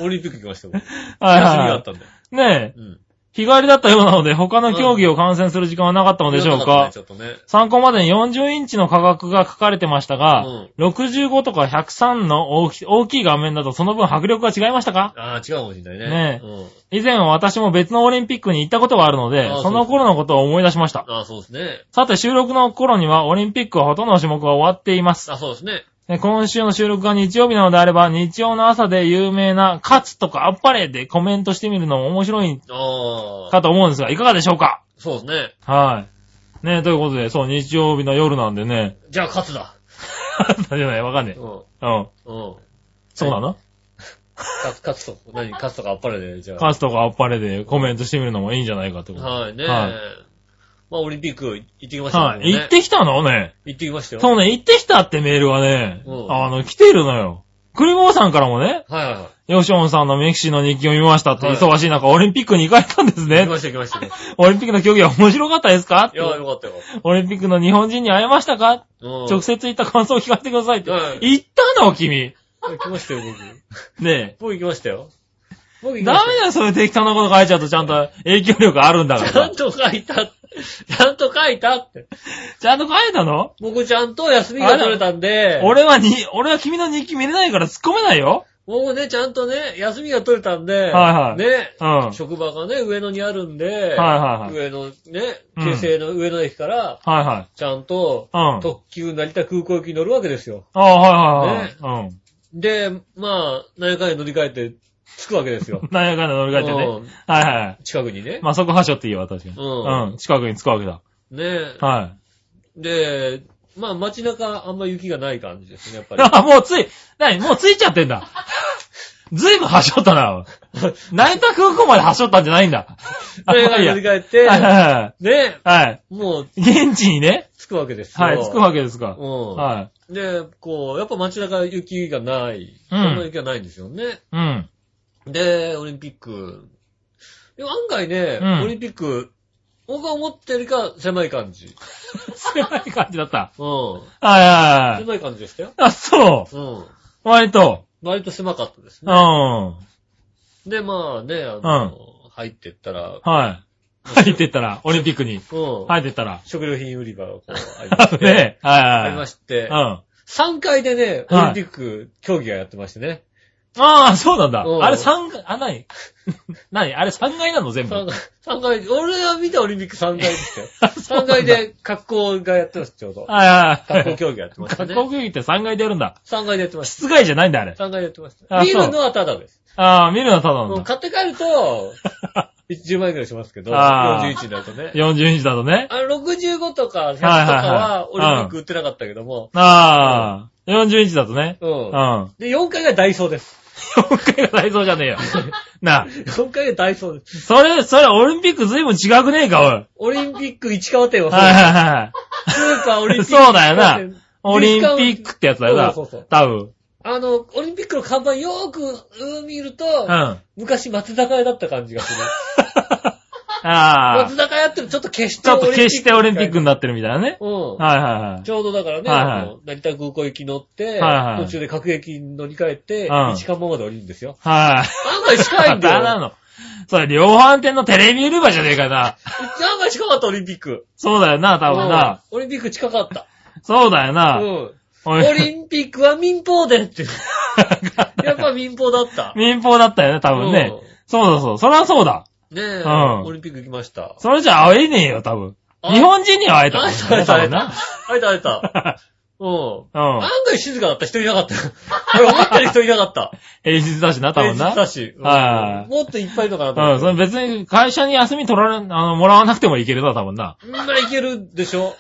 B: オリンピック行きましたよ。
C: さ。はい
B: 休みが
C: は
B: あ
C: い
B: っ。たんだよ。
C: ねえ。
B: うん。
C: 日帰りだったようなので、他の競技を観戦する時間はなかったのでしょうか
B: ち。ょっとね。
C: 参考までに40インチの価格が書かれてましたが、65とか103の大き大きい画面だとその分迫力が違いましたか
B: ああ、違うかもしれないね。
C: ねえ
B: うん。
C: 以前は私も別のオリンピックに行ったことがあるので
B: ああ、
C: その頃のことを思い出しました。
B: ああ、そうですね。
C: さて収録の頃にはオリンピックはほとんどの種目が終わっています。
B: あそうですね。
C: ね今週の収録が日曜日なのであれば、日曜の朝で有名なカツとかあっぱれでコメントしてみるのも面白い
B: ああ、
C: かと思うんですが、いかがでしょうか
B: そうですね。
C: はい。ねということで、そう、日曜日の夜なんでね。
B: じゃあ、勝つだ。
C: 大丈夫だよ、わかんねえ
B: う。ん。
C: う
B: う
C: ん。
B: ん。
C: そうなの
B: 勝つ、勝つと、何、勝つとかあっぱれで、じゃあ。
C: カツとかあっぱれでコメントしてみるのもいいんじゃないかってこと。
B: はいねえ。
C: はい
B: まあ、オリンピック行ってきました
C: はい。行ってきたのね。
B: 行ってきましたよ。
C: そうね、行ってきたってメールがね
B: う、ん
C: あの、来ているのよ。クリボーさんからもね、
B: はいはいはい。
C: ヨシオンさんのメキシの日記を見ましたって、
B: はい
C: 忙しい中、オリンピックに行かれたんです
B: 行
C: ね
B: き。ました行きましたね。
C: オリンピックの競技は面白かったですか
B: いや、よかったよかった。
C: オリンピックの日本人に会えましたか
B: うん。
C: 直接行った感想を聞かせてくださいって。
B: はい
C: 行ったの君。
B: 行きましたよ、僕。
C: ね
B: 僕行きましたよ。僕
C: え。
B: 行き
C: ダ
B: ました
C: メ
B: よ。
C: だよ、そういう適当なこと書いちゃうとちゃんと影響力あるんだか
B: ちゃ
C: ら
B: ん。と書いた。ちゃんと書いたって。
C: ちゃんと書いたの
B: 僕ちゃんと休みが取れたんで、
C: 俺はに、俺は君の日記見れないから突っ込めないよ。
B: 僕ね、ちゃんとね、休みが取れたんで、
C: はいはい
B: ね、
C: うん。はい
B: 職場がね、上野にあるんで、
C: はいはい
B: 上野、ね、
C: うん
B: 京成の上野駅から、
C: はい。
B: ちゃんと、
C: うん。
B: 特急成田空港行きに乗るわけですよ。
C: ああ、はいはいはい。うん。。
B: で、まあ、何回乗り換えて着くわけですよ
C: 何やか んだ乗り換えて
B: う
C: ね。
B: ん
C: はいはい。
B: 近くにね。
C: まあ、そこはしょっていいわ、確かに。
B: うん
C: うん。近くに着くわけだ。
B: ねえ。
C: はい。
B: で、まあ街中あんま雪がない感じですね、やっ ぱり。
C: あ、もうつい、なに、もうついちゃってんだ。 ずいぶんはしょったな。 成田空港まではしょったんじゃない んだ。あ、
B: で、
C: まあい
B: 乗
C: いや。
B: り
C: はい
B: 換え
C: はい
B: て、
C: は
B: ね、
C: い。はい。
B: もう
C: 現地にね、
B: 着くわけですよ。
C: はい、着くわけですか。
B: う
C: はい。
B: ん。で、こう、やっぱ街中雪がない。
C: う
B: そ
C: ん
B: んな雪がないんですよね。
C: うん。
B: で、オリンピック。でも案外ね
C: うん、
B: オリンピック、僕が思ったよりか狭い感じ。
C: 狭い感じだった。
B: うん。
C: はいはいはい。
B: 狭い感じでしたよ。
C: あ、そう。
B: うん。
C: 割と。
B: 割と狭かったです
C: うん。
B: ね。
C: は
B: で、まあね、あの、入ってったら、
C: い。入ってったら、オリンピックに。
B: うん。
C: 入ってったら。
B: 食料品売り場がこうありま
C: あ
B: して。
C: ね はいはい。
B: ありまして
C: うん。、あ
B: 3階でね、オ
C: はい
B: リンピック競技がやってましてね。
C: あ、そうなんだ。
B: うん
C: あれ3階、あ、なに なにあれ3階なの全部。
B: 3階、三階、俺が見たオリンピック3階でしたよ
C: あ。 そ
B: 3
C: うなんだ
B: 階で格好がやってます、ちょうど。
C: はいはい
B: 格
C: は
B: 好
C: い。
B: 競技やってました
C: 学
B: ね。
C: 校
B: 3
C: 競技って3階でやるんだ。
B: 階でやってまし
C: 室外じゃないんだ、あれ。
B: た。3階でやってまし
C: あ
B: た。見
C: そう
B: るのはタダです。
C: ああ、見るのはただな
B: もうん
C: だ。
B: 買って帰る と、10万円くらいしますけど、
C: あー
B: 41になるとね。
C: 40インチだとね。
B: あの、65とか100とかはオリンピック売ってなかったけども、
C: ああ、40インチだとね。
B: う
C: うん。
B: ん。
C: 4
B: で、4階がダイソーです。
C: 階が内臓じゃね えよ。なあ、
B: 4階がダイソーです。
C: それ、それオリンピック随分違くねえか、
B: オ
C: おい。
B: リンピック市川店はそう
C: はい
B: です。
C: はいはい。
B: スーパーオリンピック。
C: そうだよな。オリンピックってやつだよな。
B: そうそうそう
C: 多分。
B: あの、オリンピックの看板よーくうん見ると、
C: うん。あ
B: 昔松坂屋だった感じがする。
C: あ
B: 松。坂屋ってちょっと消して
C: ちょっと決してオリンピックに
B: の。
C: なってるみたいなね。
B: うん。
C: はいは
B: ちょうどだからね、
C: はいはい
B: あの成田空港行き乗って、
C: はいはい
B: 途中で各駅に乗り換えて、
C: うん
B: 石川まで降りるんですよ。
C: いはい。はい。
B: 案外近いんだ
C: バ
B: よ。
C: カな
B: 案
C: の。それ、量販店のテレビ売り場じゃねえかな。
B: 外近かった、オリンピック。
C: そうだよな、多分な。
B: うんオリンピック近かった。
C: そうだよ
B: う
C: な。
B: ん。
C: おい
B: オリンピックは民放でって。やっぱ民放だった。
C: 民放だったよね、多分ね
B: うん。
C: そうだそう。それはそうだ。
B: ねえ、
C: うん
B: オリンピック行きました。
C: それじゃ会えねえよ、多分。
B: あ
C: 日本人には会えたもん
B: 会
C: ね。
B: えた、会えた、会えた。会えた、会え
C: 多分
B: た。
C: な
B: うん。
C: うん
B: 案。外静かだった、人いなかった。 俺思ったより人いなかった。
C: 平日だしな、多分
B: 平日だ
C: な。
B: し。うん
C: はい
B: もっといっぱいいるのかなと
C: う
B: 思
C: ん、
B: っ
C: そ
B: て。
C: れ別に会社に休み取られ、あの、もらわなくてもいけるな、多分な。
B: みんないけるでしょ。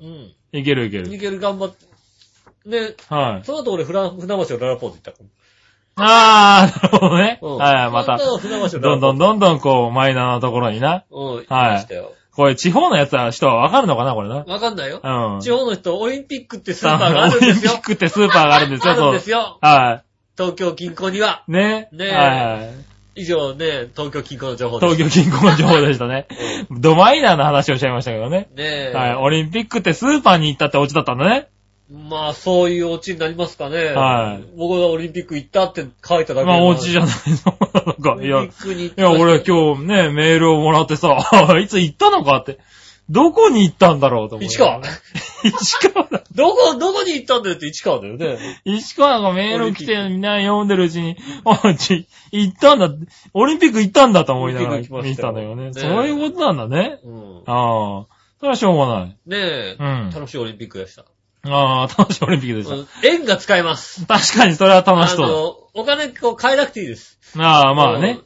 B: うん。
C: いけるいける。
B: いける、頑張って。ね、
C: はい。
B: その後俺、フラ船橋のララポーズ行った。
C: あー、なるほどね。
B: うん
C: はい、また。
B: その後船橋のララポ
C: ど
B: ーズ
C: んどんどんどんこう、マイナーなところにな。
B: うん、行きましたよ。
C: これ、地方のやつは、人はわかるのかな、これな。
B: わかんないよ。
C: うん。
B: 地方の人、オリンピックってスーパーがあるんです
C: オリン
B: よ
C: ピッ。クってスーパーがあるんです よ、
B: あるん
C: そう
B: で。すよ。
C: は
B: 東京近郊には。
C: い。ね。
B: ねえ
C: はいはい。
B: 以上ね、東京近郊の情報です。
C: 東京近郊の情報でした ね。ドマイナーな話をしちゃいましたけどね。
B: ねえ。
C: はい。オリンピックってスーパーに行ったってオチだったんだね。
B: まあ、そういうオチになりますかね。
C: はい。
B: 僕がオリンピック行ったって書いただけ
C: まあ、お家じ
B: ゃ
C: ゃないの なんか、いや、
B: オリンピックに行っ
C: い
B: た
C: や、俺今日ね、メールをもらってさ、 あいつ行ったのかって、どこに行ったんだろうと思って。
B: 市川。
C: 市川だ。
B: どこ、どこに行ったんだよって市川だよね。
C: 石川がメール来てみんな読んでるうちに、 あ、ち、行ったんだ、オリンピック行ったんだと思いながら
B: オリンピック行きま
C: 見
B: したよ
C: たんだよね。
B: ね
C: そういうことなんだね。
B: うん。
C: ああ。それはしょうがない。
B: ねえ、
C: うん
B: 楽しいオリンピックでした。
C: ああ、楽しいオリンピックで
B: う
C: し
B: ん円が使えます。
C: た。確かにそれは楽し
B: あ
C: そう
B: の、お金こう変えなくていいです。
C: だ。ああ、まあね。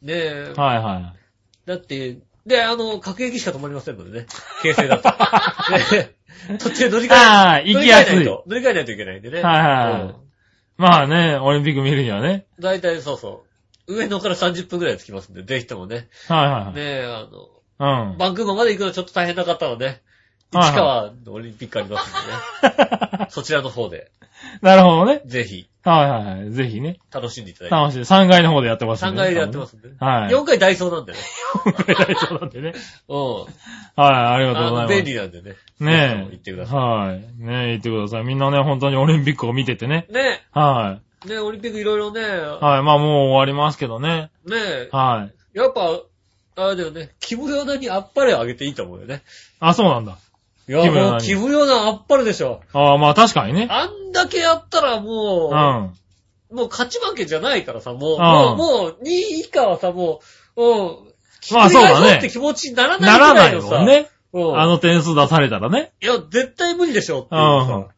B: うん。ねえ、
C: はいはい。
B: だって、で、あの、各駅しか止まりませんのでね。京成だと。 ねえ途中乗り換え、
C: ああ行きやすい
B: 乗り換えないと。乗り換えないといけないんでね。
C: はいはいはいまあね、オリンピック見るにはね。
B: うん大体そうそう。上野から30分くらいで着きますんで、ぜひともね。
C: はいはいは
B: ね
C: い。
B: え、あの、
C: うん。
B: バンクーバーまで行くのちょっと大変な方はね、
C: はいはい
B: 市川のオリンピックありますん でね。そちらの方で、
C: なるほどね。
B: ぜひ、
C: はいはいはい。ぜひね。
B: 楽しんでいただいて。
C: 楽しい。3階の方でやってます。
B: 3階でやってますすんでね。
C: はい。
B: 4階ダイソーなんでね。
C: くらいそうなんでね。
B: うん。
C: はい、ありがとうござ
B: あ
C: い
B: の
C: ます。
B: 便利なんでね。
C: ねえ。
B: 行ってくださ
C: はい。ねえ、言ってください。みんなね、本当にオリンピックを見ててね。
B: い。ね
C: は
B: え、ねえ、オリンピックいろいろね、
C: い。はい。まあ、もう終わりますけどね。
B: ねえ、
C: はい。
B: やっぱ、あれだよね、キムヨナにあっぱれをあげていいと思うよね。
C: あ、そうなんだ。
B: いや、
C: キムヨナに
B: もうキムヨナあっぱれでしょ。
C: ああ、まあ、確かにね。
B: あんだけやったら
C: う
B: も
C: ん。
B: う、
C: はい
B: もう勝ち負けじゃないからさ、もう、
C: うん
B: もう、もう、2位以下はさ、もう、うん、
C: まあそうだね
B: ひっくり返そうって気持ちにならない
C: な
B: ぐ
C: ら
B: ら
C: ないい
B: の
C: も
B: さ、
C: んね。
B: うん。
C: あの点数出されたらね。
B: いや、絶対無理でしょってい
C: う
B: うさ
C: ん。。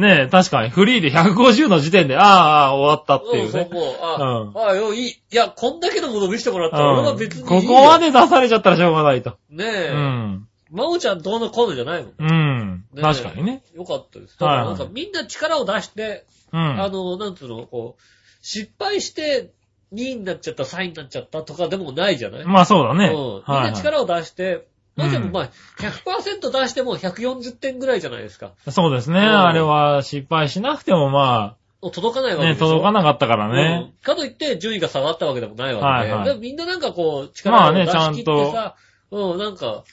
C: ねえ、確かに。フリーで150の時点で、ああ、ああ終わったって
B: う
C: い
B: ん、
C: う
B: そう、
C: ね。
B: もう、
C: う
B: あ、
C: ん
B: あ、よ、いい。いや、こんだけのもの見せてもらったら、俺は別に
C: う
B: い
C: ん。
B: いよ
C: ここまで出されちゃったらしょうがないと。
B: ね
C: う
B: え。
C: ん。
B: 真央ちゃんどうのこうのじゃないもん。
C: うん。
B: え
C: 確かにね。
B: よかったです。だか
C: はい
B: らなんかみんな力を出して、
C: う
B: あ
C: ん。
B: の、なんつうの、こう、失敗して2位になっちゃった、3位になっちゃったとかでもないじゃない、
C: まあ、そうだね。
B: うん。みん
C: はい
B: な
C: は
B: 力を出して、まあでも
C: うん
B: まあ、100%出しても140点ぐらいじゃないですか。
C: い。そうですね。
B: うん
C: あれは失敗しなくても、まあ、
B: もう届かないわけ
C: ね、
B: でしょ。
C: 届かなかった
B: か
C: か
B: ら
C: ね。。
B: かといって順位が下がったわけでもないわけで。
C: はいはい
B: でもみんななんかこう、力を出し切ってさ、
C: ま
B: うん、なんか、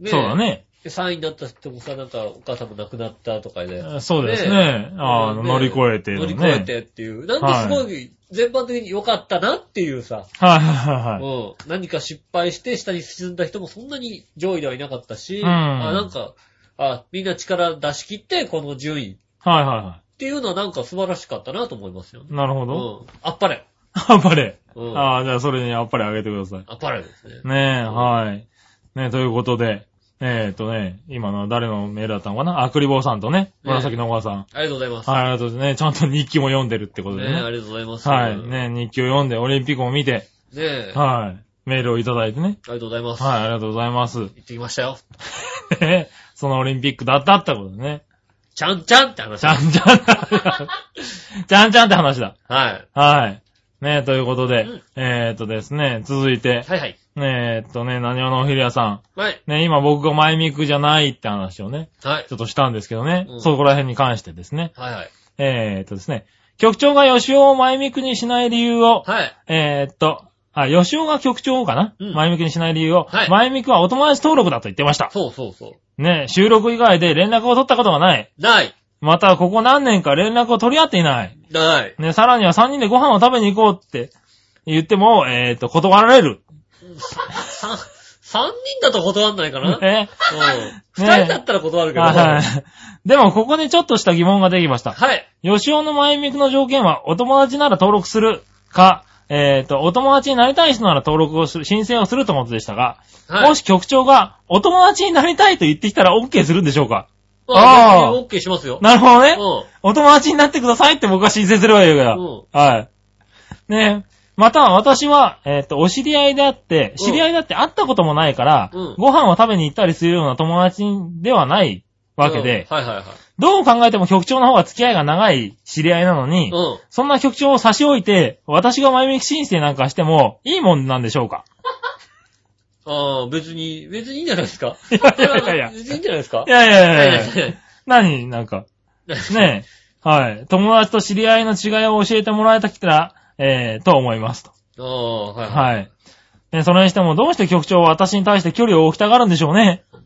B: ね、
C: そうだね。
B: 3位になった人もさ、なんかお母さんも亡くなったとかで。
C: そうです
B: ね
C: ね。ああ、
B: ね
C: 乗り越えての
B: 乗り
C: ね。
B: 越えてっていう。なんかすごい、全般的に良かったなっていうさ、
C: はいはいはいはい。
B: うん。何か失敗して下に沈んだ人もそんなに上位ではいなかったし、
C: うん
B: あなんかあ、みんな力出し切ってこの順位っ
C: はいはいは
B: ていうのはなんか素晴らしかったなと思いますよね
C: い。。なるほ
B: う
C: ど。
B: ん。あっぱれ。
C: あっぱれ。
B: うん。あ
C: ああ、じゃあそれにあっぱれあげてください。
B: っぱれですね。
C: ねえ、はい。ねえ、ということで。えっとね、今のは誰のメールだったのかなアクリボーさんとね、紫のおばさん。
B: ありがとうございます。
C: はい、ありがとうございます。ね、ちゃんと日記も読んでるってことで
B: ねあ
C: ね。
B: りがとうございます。
C: はい。
B: ね
C: ね日記を読んで、オリンピックも見て、
B: え。あ
C: はい。メールをいただいてね。
B: りがとうございます。
C: はい、ありがとうございます。
B: 行ってきましたよ。
C: ねそのオリンピックだったってことでね。
B: ちゃんちゃんって話。
C: ちゃんちゃん だ。ちゃんちゃんって話だ。
B: はい。
C: はい。ねえ、ということで、
B: うん
C: えーっとですね、続いて、
B: はいはい。
C: ねえっとね、何をのおひるやさ
B: はい。
C: ん。ね、今僕がマイミクじゃないって話をね、
B: はい
C: ち。ょっとしたんですけどね、
B: うん
C: そこら辺に関してですね。
B: はいはい。
C: えーっとですね、局長が吉尾をマイミクにしない理由を、
B: はい。
C: えーっと、あ、吉尾が局長かな、
B: うん
C: マイミクにしない理由を、
B: はい
C: マイミクはお友達登録だと言ってました。
B: そうそうそ
C: ね、収録以外で連絡を取ったことがない。
B: う。ない。
C: また、ここ何年か連絡を取り合っていない。
B: ない。
C: ね、さらには3人でご飯を食べに行こうって言っても、えっ、と、断られる。
B: さ三人だと断んないかなうん。
C: ね。
B: 二人だったら断るけど。
C: は。
B: はい
C: でも、ここにちょっとした疑問ができました。
B: い。
C: 吉尾の前ミクの条件は、お友達なら登録するか、えっ、と、お友達になりたい人なら登録をする、申請をすると思ってでしたが、
B: はい。
C: もし局長が、お友達になりたいと言ってきたら OK するんでしょうか
B: あ
C: あー
B: あ。OK しますよ。
C: なるほどね。
B: うん。
C: お友達になってくださいって僕は申請すればいいから。
B: うん
C: はい。ねえ。または私は、えっ、と、お知り合いであって、知り合いだって会ったこともないから、
B: うん
C: ご飯を食べに行ったりするような友達ではないわけで、
B: うんはいはいはい。
C: どう考えても局長の方が付き合いが長い知り合いなのに、
B: うん。
C: そんな局長を差し置いて、私が前向き申請なんかしても、いいもんなんでしょ うか
B: ああ、別に、別にいいんじゃないですか。
C: いやいやいやいや
B: 別にいいんじゃないですか
C: い。やいやいやいや、
B: ね
C: 何なんか、ねえ、はい。友達と知り合いの違いを教えてもらえたきたら、えー、と思いますと。
B: ああ、はいはい。
C: はい。ね、それにしても、どうして局長は私に対して距離を置きたがるんでしょうね。
B: あ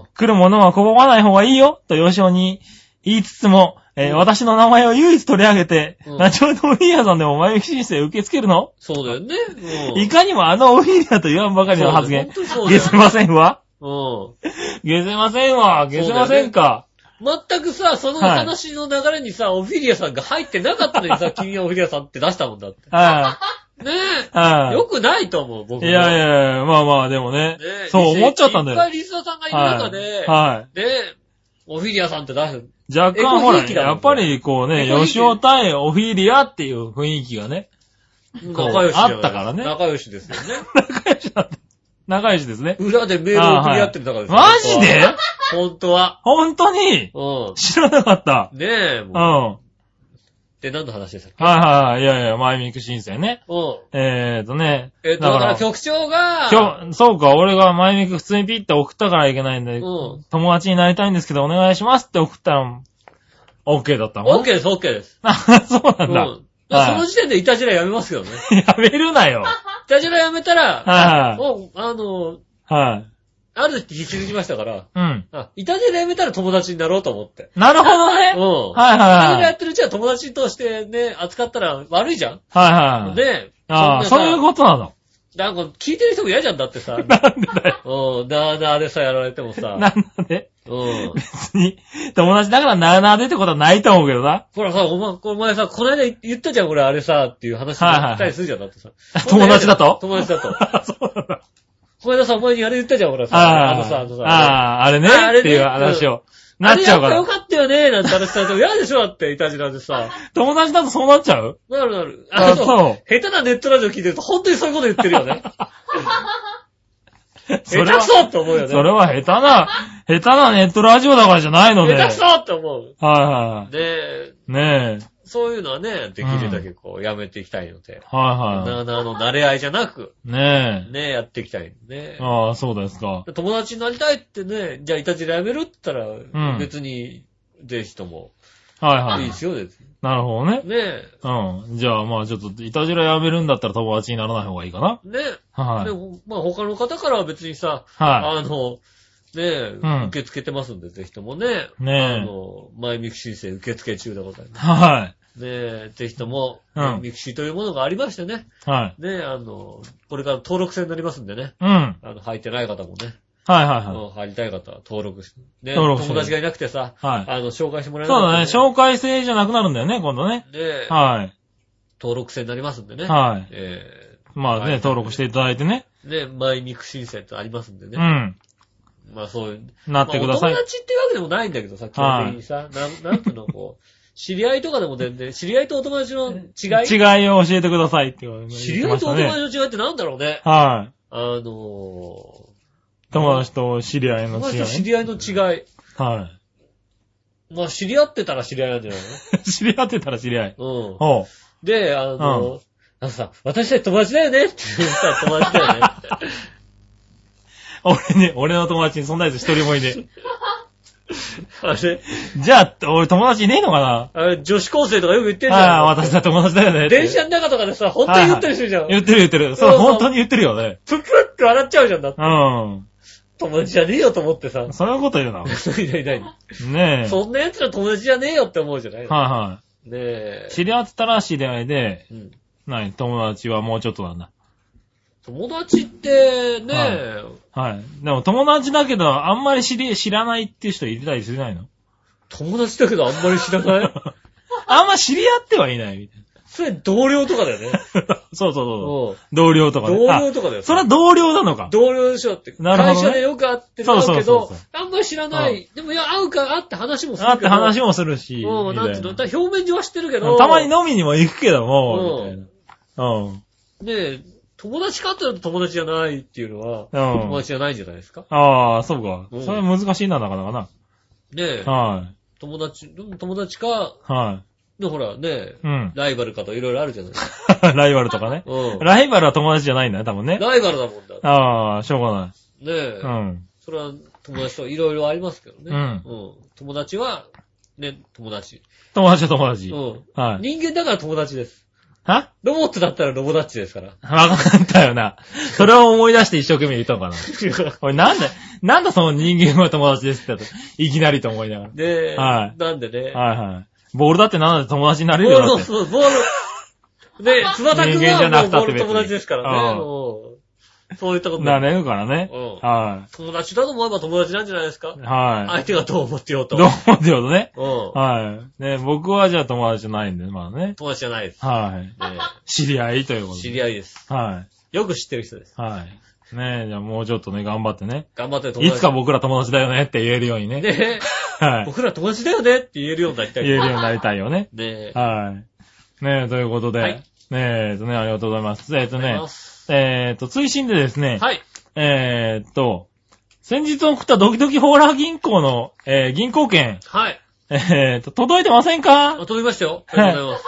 B: あ、
C: 来るものは拒まない方がいいよ、と吉尾に言いつつも、えー私の名前を唯一取り上げて、
B: うん
C: ナチョウのウィリアさんでも前向き申請受け付けるの、
B: そうだよね。うん。
C: いかにもあのウィリアと言わんばかりの発言。
B: そうだよ本当に
C: げ
B: そう
C: せ
B: だよ。
C: ませんわ。
B: うん。
C: げせませんわ。げせませんか。
B: 全くさ、その話の流れにさ、オフィリアさんが入ってなかったのにさ、 君はオフィリアさんって出したもんだって。
C: は
B: ね
C: い。は
B: え。
C: い。
B: よくないと思う、僕
C: いやい
B: や。
C: やいや、まあまあ、でもね
B: ね。
C: そう思っちゃったんだ
B: いっぱ
C: よ。
B: いリスナーさんがいる中
C: は
B: で
C: い。、は
B: ねえ、オフィリアさんって出す。
C: い。若干ほら、
B: エコひいきだもん
C: やっぱりこうね
B: エコひ、いき
C: 吉尾対オフィリアっていう雰囲気がね。 こう
B: 仲良しじゃない
C: あったからね
B: 仲良しですよね。
C: 仲良しだった。仲良しですね。
B: 裏でメールを送り合ってる中ですよ
C: マジで
B: 本当は。
C: 本当に
B: 本
C: 知らなかった。
B: 当はうん。ねえ、
C: う
B: も
C: ん。
B: う。っ
C: は
B: て何の話でしたっ
C: い
B: け
C: はいはい。いやいや、前向き申請ね。
B: うん。
C: えーとね。
B: えっと、だから局長が、
C: 今日、そうか、俺が前向き普通にピッて送ったからいけないんで、
B: うん
C: 友達になりたいんですけどお願いしますって送ったら、OK だったの
B: OK です、OK です。
C: あ そうなんだ。
B: うん。だから
C: はい
B: その時点でイタジラやめますけどね。
C: やめるなよ。
B: イタジラやめたら、
C: はい
B: もう、あの、
C: はい。
B: ある時気づきましたから、
C: うん。
B: あイタジラやめたら友達になろうと思って。
C: なるほど
B: う
C: ね。
B: ん。イ
C: はい
B: タジ
C: はい
B: ラ
C: は
B: や
C: い。
B: ってるうちは友達としてね、扱ったら悪いじゃん
C: はいはい。
B: ね
C: ああ、
B: そん
C: そ
B: な
C: う
B: さ
C: いうことなの。
B: なんか聞いてる人も嫌じゃんだってさ。
C: なんでだよ。
B: うん、なあなあでさやられてもさ。
C: なんで
B: うん。
C: 別に、友達だからなーなーでってことはないと思うけどな。
B: ほらさ、お前、お前さ、この間言ったじゃん、俺あれさ、っていう話
C: はいはいは
B: に
C: い
B: ったりするじゃん、だってさ。
C: 友達だと
B: 友達だと。
C: そうなんだ。
B: この間さ、お前にあれ言ったじゃん、ほらさ。
C: あ
B: あ
C: あ
B: のさ、あのさ。
C: ああ、あれね
B: あれね
C: っていう話を。なっちゃうか
B: あれやっ
C: ら
B: て。よかったよね、なんて話されても嫌でしょだって、いたじらでさ。
C: 友達だとそうなっちゃう
B: なるなる。
C: あ
B: の
C: そう
B: 下手なネットラジオ聞いてると、本当にそういうこと言ってるよ ね。
C: そ
B: 下手
C: れは
B: くそって思うよね。
C: それは下手な、下手なネットラジオだからじゃないの
B: 下
C: で。
B: 手
C: は
B: く
C: い
B: そって思う。
C: は
B: で、
C: い。ねえ。
B: そういうのはね、できるだけこう、やめていきたいので。
C: はいは
B: なあなあの慣れ合いじゃなく、
C: い。ね
B: ね、やっていきたいね
C: え。。ああ、そうですか。
B: 友達になりたいってね、じゃあいたじらやめるって言ったら、
C: うん
B: 別に、ぜひとも、
C: はいはい
B: い
C: い
B: で。すよ、別に
C: なるほどね。
B: ね。
C: うん。じゃあ、まあちょっと、いたじらやめるんだったら友達にならない方がいいかな。
B: ね。
C: はい
B: で。ほまあ他の方からは別にさ、
C: は
B: あの、ねえ、
C: うん
B: 受け付けてますんで、ぜひともね、
C: ねえ
B: あの、前ミクシー申請受付中でござい
C: い。
B: ます。
C: は
B: ねえ、ぜひとも、
C: うん
B: ミクシーというものがありましてね、
C: い。はい。
B: ねえ、あの、これから登録制になりますんでね、
C: うん。はい
B: あの、入ってない方もね、
C: はいは
B: うん入りたい方は登録して、ねえ、
C: 登録して
B: 友達がいなくてさ、
C: はい
B: あの、紹介してもらえ
C: い。そうだね。
B: な
C: 紹介制じゃなくなるんだよね、今度ね。
B: 介。ねえ、
C: は
B: 登録制になりますんで
C: い。
B: ね、
C: はい。
B: え
C: まあ
B: はい
C: ね、登録していただいてね。
B: ーねえ、前ミク申請ってありますんで
C: う
B: ね、
C: ん。
B: まあそういう、
C: なってください
B: まあお。友達っていうわけでもないんだけどさ、基本的にさ、なん、 なんていうの、こう、知り合いとかでも全然、知り合いとお友達の違い
C: 違いを教えてくださいって言われま
B: 知
C: し
B: り合いと
C: た
B: お友
C: ね。
B: 達の違いってなんだろうね。
C: はい。
B: あのー、
C: 友達と知り合いの
B: 友達
C: 違
B: と知
C: い。
B: り合いの違い。
C: は
B: まあ、知り合ってたら知り合いなんじゃない
C: い。 知り合ってたら知り合い。
B: のうん。
C: ほう。
B: で、あのー、あのさ、私たち友達だよねって言ったら友達だよ ねって。
C: 俺ね、俺の友達にそんなやつ一人もいね
B: あれ、
C: え。じゃあ、俺友達いねえのか
B: あれ、女子高生とかよく言ってん
C: な
B: じゃん。
C: ああ、私は友達だよねって。
B: 電車の中とかでさ、本当に言ったりするじゃん。
C: 言ってる言ってる。
B: そう
C: そう、
B: そう
C: 本当に言ってるよね。
B: プップッって笑っちゃうじゃんだって。
C: う
B: 友達じゃねえよと思 ってさ
C: ん。。そういうこと 言うな。
B: いないいない。
C: ねえ。
B: そんな奴ら友達じゃねえよって思うじゃないのね
C: はいは
B: え
C: い。。知り合ってたら知り合いで、
B: うん
C: ない、友達はもうちょっとなんだ。
B: 友達ってね、
C: ははい。でも友達だけど、あんまり知り、知らないっていう人いたりしな いの
B: 友達だけどあんまり知らない
C: あんま知り合ってはいないみたい
B: それ同僚とかだよね。
C: な。そうそうそう
B: うん
C: そう。同僚とかね。
B: 同僚とかだ
C: あ
B: よ。
C: それは同僚なのか。
B: 同僚でしょだって。
C: なるほどね
B: 会社でよく会ってるんだ
C: そ
B: け
C: うそう
B: ど
C: そうそ、
B: あんまり知らない。でもいや、会うか、会って話もする
C: あって話
B: も。
C: もするし。
B: うん、なんていうの、
C: み
B: た
C: たい
B: だ表面上は知ってるけど。
C: なたまに飲みにも行くけども、
B: うん
C: みたいな。うん。
B: ねえ、友達かって言うと友達じゃないっていうのは、
C: うん
B: 友達じゃないんじゃないですか。
C: ああ、そうか
B: う。ん
C: それは難しいな、なかなかな。
B: ねえ、
C: はい。
B: 友達、でも友達か、
C: は
B: ね、ほらねえ、
C: い。 うん。
B: ライバルかといろいろあるじゃないですか。
C: ライバルとかね。
B: うん。
C: ライバルは友達じゃないんだね、多分ね。
B: ライバルだもんだ。ね
C: ああ、しょうがない。
B: え。
C: うん。
B: それは友達といろいろありますけどね。
C: うん
B: 友達は、ね、友達。
C: 友達は友達。
B: うん。
C: はい。
B: 人間だから友達です。
C: は
B: ロボットだったらロボダッチですから。
C: わかったよな。それを思い出して一生懸命言った のかな。俺なんで、なんだその人間は友達ですって言ったと。いきなりと思いなが
B: で、
C: は
B: なんでね。
C: ら。はいはい。ボールだってなんだって友達になれるよ
B: ボー
C: だ
B: ル、
C: って。
B: そう、ボール。で、つばたくん
C: 人間じゃな
B: は
C: くた
B: も
C: っ
B: うボール
C: て別に
B: 友達ですからね。
C: うん
B: もうそういったこと
C: なれるからね。
B: うん
C: は
B: 友達だと思えば友達なんじゃないですか
C: い。は
B: 相手がどう思ってよう
C: い。ど
B: と。
C: う思ってことね。
B: う
C: はい。ね、僕はじゃあ友達じゃないんで、まあ
B: ん。
C: ね。
B: 友達じゃないです。
C: はい。
B: ね
C: 知り合いということ
B: 知
C: で。
B: り合いです。
C: は
B: よく知ってる人です。
C: い。はい。ねじゃあもうちょっとね、頑張ってね。
B: 頑張って友
C: い
B: 達。
C: つか僕ら友達だよねって言えるようにね。
B: ね
C: はい。
B: 僕ら友達だよねって言えるようになりたい。
C: 言えるようになりたいよね。
B: ね
C: はい。ねえ、ということで。
B: はい
C: ねえ、えっとね、ありがとうございます。えっと
B: ありがとうござい
C: ね
B: ま、
C: えっと、追伸でですね、
B: はい。
C: えっと、先日送ったドキドキホーラー銀行の、えー銀行券、
B: はい。
C: えっと、届いてませんか
B: あ、飛びましたよ。ありがとうございます。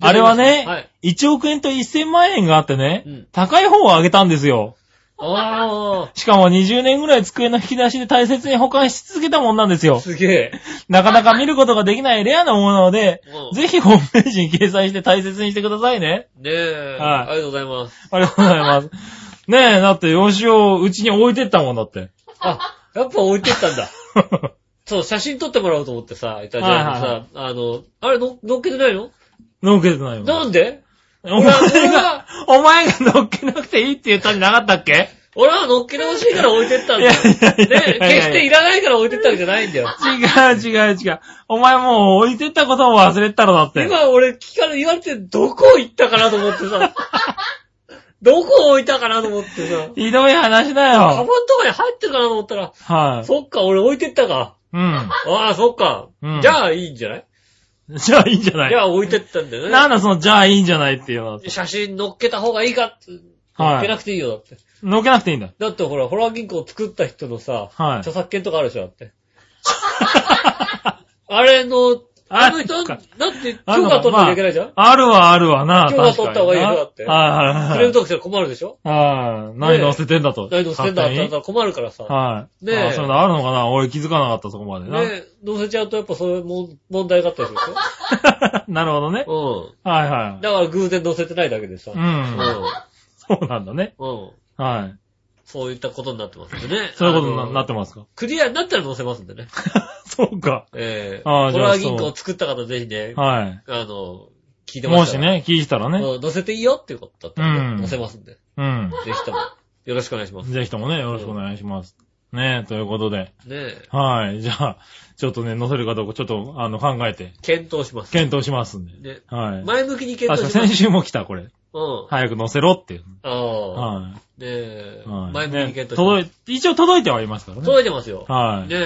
C: あれはね、
B: はい。
C: 1億円と1000万円があってね、
B: うん
C: 高い方をあげたんですよ。
B: あ
C: しかも20年ぐらい机の引き出しで大切に保管し続けたもんなんです
B: あ、
C: よ。
B: すげえ。
C: なかなか見ることができないレアなものなので
B: う、ん
C: ぜひホームページに掲載して大切にしてくださいね。
B: ねえ。
C: は
B: ありがとうございます。
C: ありがとうございます。ねえ、だって用紙をうちに置いてったもんだって。
B: あ、やっぱ置いてったんだ。 そう、写真撮ってもらおうと思ってさ、いたじゃん
C: はいは
B: さ、あの、あれの、乗っけてないの
C: のっけてないもん。
B: なんで
C: お前
B: 俺
C: が
B: は、
C: お前がのっけなくていいって言ったんじゃなかったっけ
B: 俺は乗っけてほしいから置いてったんだよ。ね、
C: いやいやいやいやいや
B: 決していらないから置いてったんじゃないんだよ。
C: 違う違う違う。お前もう置いてったことも忘れてたろだって。
B: 今俺聞かれ、言われてどこ行ったかなと思ってさ、 どこ置いたかなと思ってさ、
C: ひどい話だ
B: カバン
C: よ。
B: とかに入ってるかなと思ったら、
C: はい。
B: そっか、俺置いてったか。
C: うん。
B: ああ、そっか。
C: うん
B: じゃあいいんじゃない
C: じゃあいいんじゃな
B: じゃ
C: い
B: あ置いてったんだよね。
C: なんだその、じゃあいいんじゃないっていうのは。
B: 写真乗っけた方がいいかって。
C: はい
B: 乗っけなくていいよ、だって。
C: のっけなくていいんだ。
B: だってほら、ホラー銀行を作った人のさ、
C: はい
B: 著作権とかあるでしょ、だ って。あれの、あの人、
C: あそっ
B: だっ
C: か
B: て許可取んなきゃいけないじゃん
C: あるはあるわな。
B: 許可取った方がいいよだって
C: 確かに
B: ク
C: なはい
B: レー
C: はい
B: ム
C: はい。
B: 特集困るでしょ
C: ああ、何乗せてんだと。
B: 大丈夫、せんだっ
C: 勝手に
B: たら困るからさ。
C: はい。
B: ねえ
C: あそういうのあるのかな俺気づかなかった、そこまでな。
B: ね乗せちゃうとやっぱそういうもん問題があったりするでし
C: なるほどね。
B: ょ
C: はい
B: うん。
C: は
B: だから偶然乗せてないだけでさ。
C: い。うん。そうなんだね。
B: うん。うん。
C: はい。
B: そういったことになってますんでね。
C: そういうことに
B: あ
C: な
B: の
C: なってますか
B: クリアになったら載せますんでね。
C: そうか。
B: ええ
C: あ
B: ホ
C: あじゃあ
B: ラー銀行を作った方ぜひね、
C: は
B: あの、聞い
C: い。
B: てま
C: も
B: す
C: しね、聞いたらね。
B: うん載せていいよっていうことだったら
C: う
B: ね、
C: ん
B: 載せますんで。ぜ
C: うん。
B: ひとも、よろしくお願いします。ね
C: ぜひともね、よろしくお願いします。ねえ、ということで。
B: え、
C: はい。じゃあ、ちょっとね、載せるかどうか、ちょっと、あの、考えて、
B: 検討します。
C: 検討しますんで。
B: ね
C: はい。
B: 前向きに検討
C: 確か
B: しま
C: 先
B: す。
C: 週も来た、これ。
B: うん。
C: 早く載せろっていう。
B: ああ。
C: は
B: ねえ
C: い。、はい
B: 前向きに検討
C: ね
B: します。
C: 届い、一応届いてはいますからね。
B: 届いてますよ。
C: はい。
B: ね、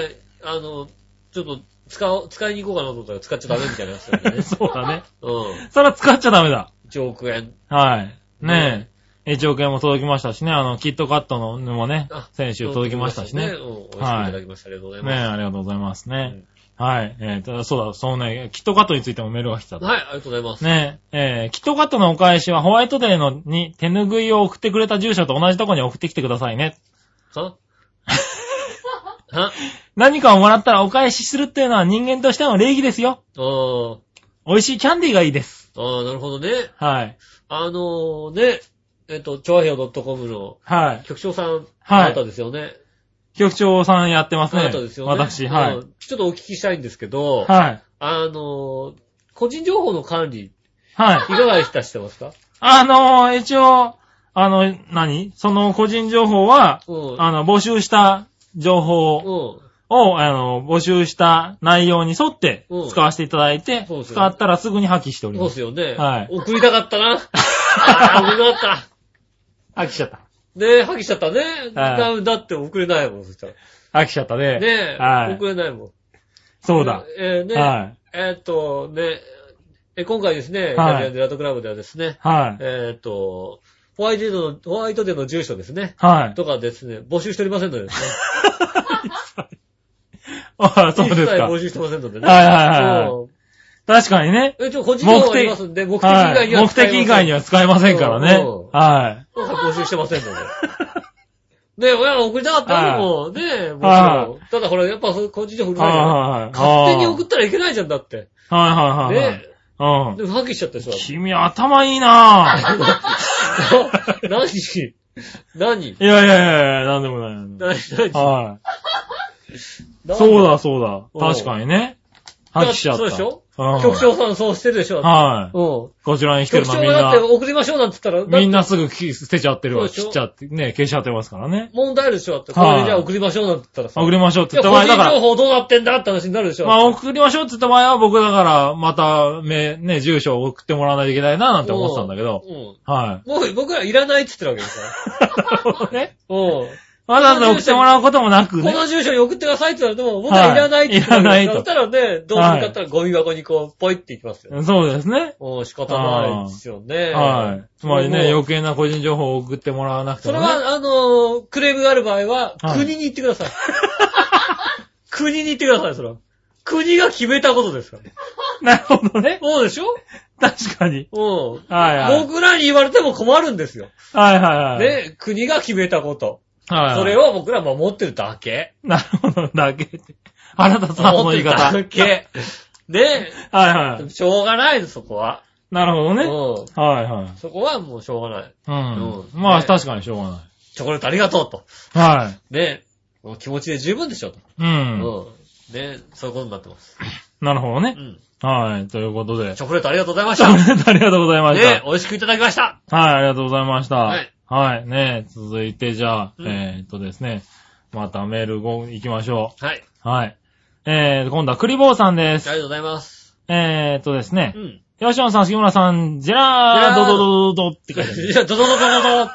B: あの、ちょっと、使おう、使いに行こうかなと思ったら使っちゃダメみたいなやつだよね。
C: そうだね。
B: う
C: それは使っちゃダメだ。
B: ん。1億円。
C: はい。ねえ。1億円も届きましたしね、あの、キットカットのもね
B: あ、
C: 先週届きましたしね。
B: う
C: ね
B: ん、美味しくいただきました。ありがとうござい
C: え、
B: ま
C: ありがとうございますね。はい。えーと、そうだ、そのね、キットカットについてもメールが来た
B: す。。はい、ありがとうございます。
C: ねえ、えーキットカットのお返しはホワイトデーのに手拭いを送ってくれた住所と同じとこに送ってきてくださいね。
B: は は
C: 何かをもらったらお返しするっていうのは人間としての礼儀ですよ。
B: あー
C: 美味しいキャンディーがいいです。
B: あー、なるほどね。
C: はい。
B: あのー、ね、えっと、調和表 .com の
C: はい。
B: 局長さん、
C: はい
B: あなたですよね。
C: 局長さんやってます
B: あな
C: ね。
B: たですよね。
C: 私、はい
B: うん。ちょっとお聞きしたいんですけど、
C: はい。
B: あのー、個人情報の管理、
C: はい
B: い。かがでしたしてますか
C: あのー、一応、あの、何その個人情報は、
B: うん。
C: あの、募集した情報
B: うん。
C: を、あの、募集した内容に沿って
B: うん
C: 使わせていただいて
B: そうで、すよね
C: 使ったらすぐに破棄しており
B: そう
C: ま
B: っ
C: す。
B: すよね。
C: はい
B: 送りたかった な。あー送りたかった。
C: 飽きちゃった。
B: ねえ、破棄しちゃったね。
C: は
B: だだって送れないもん、そしたら。
C: 飽きちゃったね。
B: ねえ、
C: はい
B: 送れないもん。
C: そうだ。。
B: えーね、
C: はい。
B: えーっと、ね、え今回ですね、イ
C: はい
B: タリアンデラートクラブではですね、
C: はい。
B: えーっと、ホワイトデーの、ホワイトデーの住所ですね、
C: はい。
B: とかですね、募集しておりませんのでですね。
C: あそうです
B: 一切
C: か。
B: 募集してませんのでね。
C: はいはいはいはい
B: そう
C: 確かにね。
B: え、ちょ、個人情報ありますんで、目的以外には
C: 目的以外には使えませんからね
B: うんうん。
C: はい。
B: 使えません。募集してませんので。ねえ、親が送りたかったのにも、ねえ、もち
C: は
B: ろん。ただほら、やっぱそう個人情報うるさいじゃん
C: はいはいはい。
B: 勝手に送
C: っ
B: ったらいけないじゃんだって。
C: はいはいはいはい。
B: ね
C: うん。
B: で、破棄しちゃっ てさ。
C: 君頭いいなぁ。
B: 何何
C: いやいやいやいや、なんでもないなんでも
B: 何何
C: ない。は。
B: ない
C: そうだそうだ。
B: うん
C: 確かにね。破棄しちゃった。
B: そうでしょ
C: うん
B: 局長さんそうしてるでしょ
C: はい。
B: うん。
C: こちらに来て
B: 局
C: るの
B: 長
C: はみ
B: が
C: ん
B: だって
C: な、
B: 送りましょうなんて言ったら、
C: みん
B: な。
C: なすぐき捨てちゃってる
B: そ
C: わ。
B: うでし
C: 切
B: ょ
C: っちゃって、ね、消しちゃってますからね。
B: 問題あるでしょだって、こ
C: はい
B: れでじゃあ送りましょうなんて言ったらさ。
C: 送りましょうって
B: い
C: 言
B: や
C: った
B: 個
C: 場合、だ
B: 人
C: か
B: 情
C: ら、
B: 報どうなってんだって話になるでしょ
C: まあ送りましょうって言った場合は、僕だから、また、め、ね、住所を送ってもらわないといけないな、なんて思ってたんだけど。
B: うん。
C: は
B: もう僕らいらないって言ってるわけですから。
C: い。 ね。
B: うん。
C: わざわざ送ってもらうこともなく
B: こ
C: ね。
B: の住所に送ってくださいって言われても、僕はいらないって言って
C: はいいらないと
B: だったらね、どうするかって言ったらゴミ箱にこう、ポイっていきますよ。
C: そうですね。
B: うん、仕方ないですよね。
C: はい。つまり
B: もう
C: ね、余計な個人情報を送ってもらわなくて
B: それ
C: もね。
B: は、あのー、クレームがある場合は、
C: はい
B: 国に行ってください。 国に行ってください、それは。国が決めたことですから。
C: なるほどね。
B: そうでしょ
C: 確かに。
B: うん。
C: はいはい。
B: 僕らに言われても困るんですよ。
C: はいはいはい。
B: ね、国が決めたこと。
C: はいはい。
B: それを僕ら守ってるだ け。
C: なるほど、だけって。腹立つな、この
B: 守っ
C: 言い
B: てる
C: 方。
B: だけ。ね、
C: はいはい。
B: しょうがないです、そこは。
C: なるほど
B: うん。
C: ね。はいはい。
B: そこはもうしょうがない。
C: うん。
B: うん
C: まあ、
B: ね
C: 確かにしょうがない。
B: チョコレートありがとうと。
C: はい。
B: ね、もう気持ちで十分でしょと。
C: う。
B: うんん。ね、そういうことになってます。
C: なるほど
B: う
C: ね。
B: ん。
C: はい。ということで。
B: チョコレートありがとうございまし
C: チ
B: た。
C: ョコレートありがとうございまし
B: ね
C: た。
B: 美味しくいただきました。
C: はい、ありがとうございました。
B: はい
C: はい。ね続いて、じゃあ、
B: うん
C: えーっとですね。またメールご行きましょ
B: はい。
C: う。はい。えー、今度はクリボーさんで
B: ありが
C: す。
B: とうございます。
C: えーっとですね
B: う。ん。
C: 吉野さん、杉村さん、ジェラード
B: ジェラード
C: ドドドドドって
B: い
C: 書いてある。
B: や、ドドドドドド。は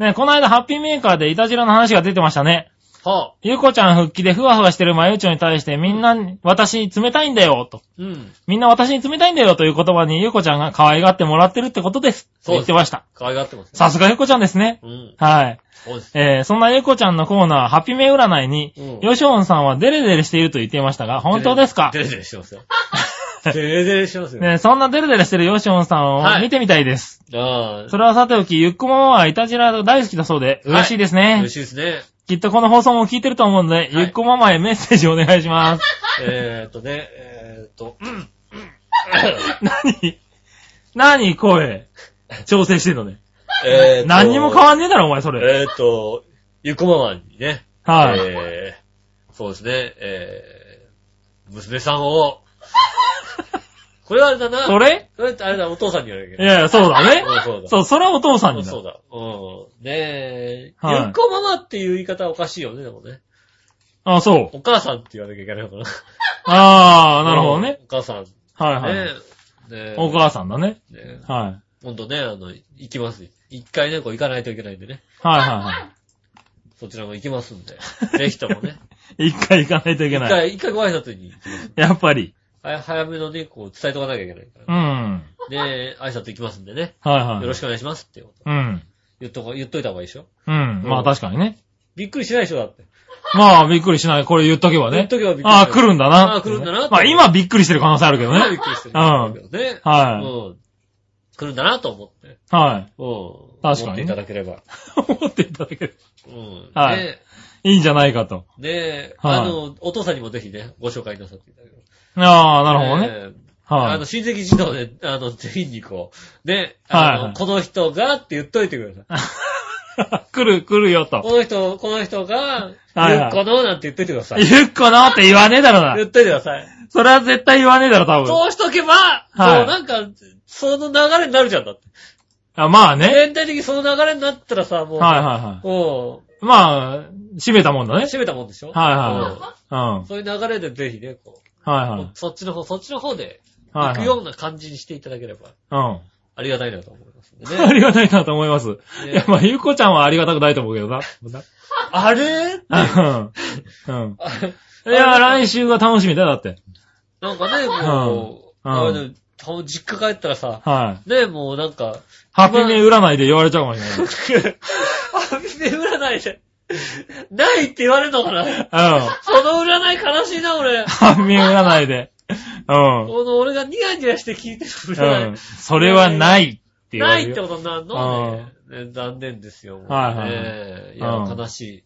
C: ねこの間、ハッピーメーカーでイタジラの話が出てましたね。
B: あ。
C: ゆうこちゃん復帰でふわふわしてるまゆちょに対してみんなに、私冷たいんだよ、と。
B: うん。
C: みんな私に冷たいんだよという言葉にゆうこちゃんが可愛がってもらってるってことです。
B: そう
C: 言
B: で
C: っ
B: す
C: てました。
B: 可愛がってますね。
C: さすがゆうこちゃんですね。
B: うん。
C: はい。
B: そうです。
C: えー、そんなゆうこちゃんのコーナー、ハッピメ占いに、
B: うん
C: よしおんさんはデレデレしていると言っていましたが、本当ですか
B: デレデレしてますよ。 デレデレしてますよ。
C: ね、そんなデレデレしてるよしおんさん
B: は
C: を
B: い
C: 見てみたいです。
B: あ
C: それはさておき、ゆっこママはいたじらが大好きだそうで、
B: はい
C: 嬉しいです
B: あ。
C: ね。
B: 嬉しいですね。
C: きっとこの放送も聞いてると思うので、ゆっこママへメッセージお願いします。
B: えーっとね、えーっと、 うん。
C: 何何声調整してんのね。
B: えーっと
C: 何にも変わんねえだろ、お前、それ。
B: えーっと、ゆこままにね、
C: はい。
B: えー、そうですね、えー、娘さん を、これはあれだな。
C: それ
B: これってあれだ、お父さんに言われる
C: い
B: け
C: やいや、そうだね
B: ど。。うんそうだ。
C: そう、それはお父さんにな
B: そう
C: る。
B: だ。うん。ねえ、
C: はい
B: ゆっこママっていう言い方はおかしいよね、でもね。
C: あ、そう。
B: お母さんって言わなきゃいけないのかな。
C: ああ、なるほどね。
B: うん。お母さん。ね
C: はいはい。
B: え。ねえ。
C: お母さんだね。
B: ねえ
C: はい。
B: ほんとね、あの、行きます。一回ね、こう行かないといけないんでね。
C: はいは
B: そちらも行きます んで。ぜひともね。
C: いはい。一回行かないといけ
B: 一
C: ない。
B: 回、一回ご挨拶に行きます。
C: やっぱり。
B: はや早めのね、こう伝えとかなきゃいけないか
C: うん。はい
B: ら。で、挨拶行きますんでね。
C: はい。
B: よろし
C: く。
B: くお願いしますってこと。
C: うん。
B: 言っとこ、言っといた方がいいでしょ
C: うん。まあ確かにね。
B: びっくりしないでしょだって。
C: まあびっくりしない。これ言っとけば
B: 言っ
C: ね。
B: とけばびっくりしない。
C: ああ、来るんだな。
B: ああ来るんだな
C: まあ今びっくりしてる可能性あるけど
B: 今び
C: ね
B: っ。くりしてる。ね。
C: は
B: うん。来るんだなと思って。
C: い。はい。
B: うん。
C: 確か
B: 思って
C: に
B: いただければ。
C: 思っていただける。
B: うん。
C: はい
B: ね
C: いいんじゃないかと。
B: ね
C: はい
B: あの、お父さんにもぜひね、ご紹介なさっていただければ。
C: ああ、なるほどね。
B: ね。あ
C: は
B: の、
C: い。
B: 親戚児童で、あの、全員にこう、ね、あ
C: はい
B: の、この人がって言っといてください。
C: 来る、来るよと。
B: この人、この人が、
C: はい
B: ゆ
C: は
B: っ
C: い
B: このなんて言っといてください。
C: ゆっこのって言わねえだろな
B: 言。っといてください。
C: それは絶対言わねえだろ、多分。
B: そうしとけば、
C: はい
B: もうなんか、その流れになるじゃんだって。
C: あまあね。
B: 全体的にその流れになったらさ、もう、
C: はいはいはい。
B: も
C: まあ、閉めたもんだ
B: う、
C: ね。
B: 閉めたもんでしょ
C: はいはうん。
B: うん
C: は
B: そういう流れでぜひね、こ
C: いは
B: う、もう
C: い。
B: そっちの方、そっちの方で、行
C: はい
B: く
C: はい。
B: ような感じにしていただければ、
C: うん。
B: ありがたいなと思いますんで
C: あ
B: ね。
C: りがたいなと思います。 いや、まあ、ゆうこちゃんはありがたくないと思うけ どな。
B: あれ
C: うん。 うん。いや、来週が楽しみだよ、だって。
B: なんかね、もう、
C: うん
B: あ
C: うん
B: れで、たぶん実家帰ったらさ、
C: はい。
B: ね、もうなんか、
C: ハッピーメイ占いで言われちゃうかもしれない。
B: あ、夢占いで、ないって言われるのかな
C: うん。
B: その占い悲しいな、俺。
C: ハッピーメイ占いで。うん。
B: この俺がニヤニヤして聞いてる占い。
C: うん。それはないって言わ
B: な
C: れ
B: いっ
C: る
B: て
C: よ。
B: ことになるのねね残念ですよ。もうね
C: はいはいはい
B: いや、
C: うん
B: 悲しい。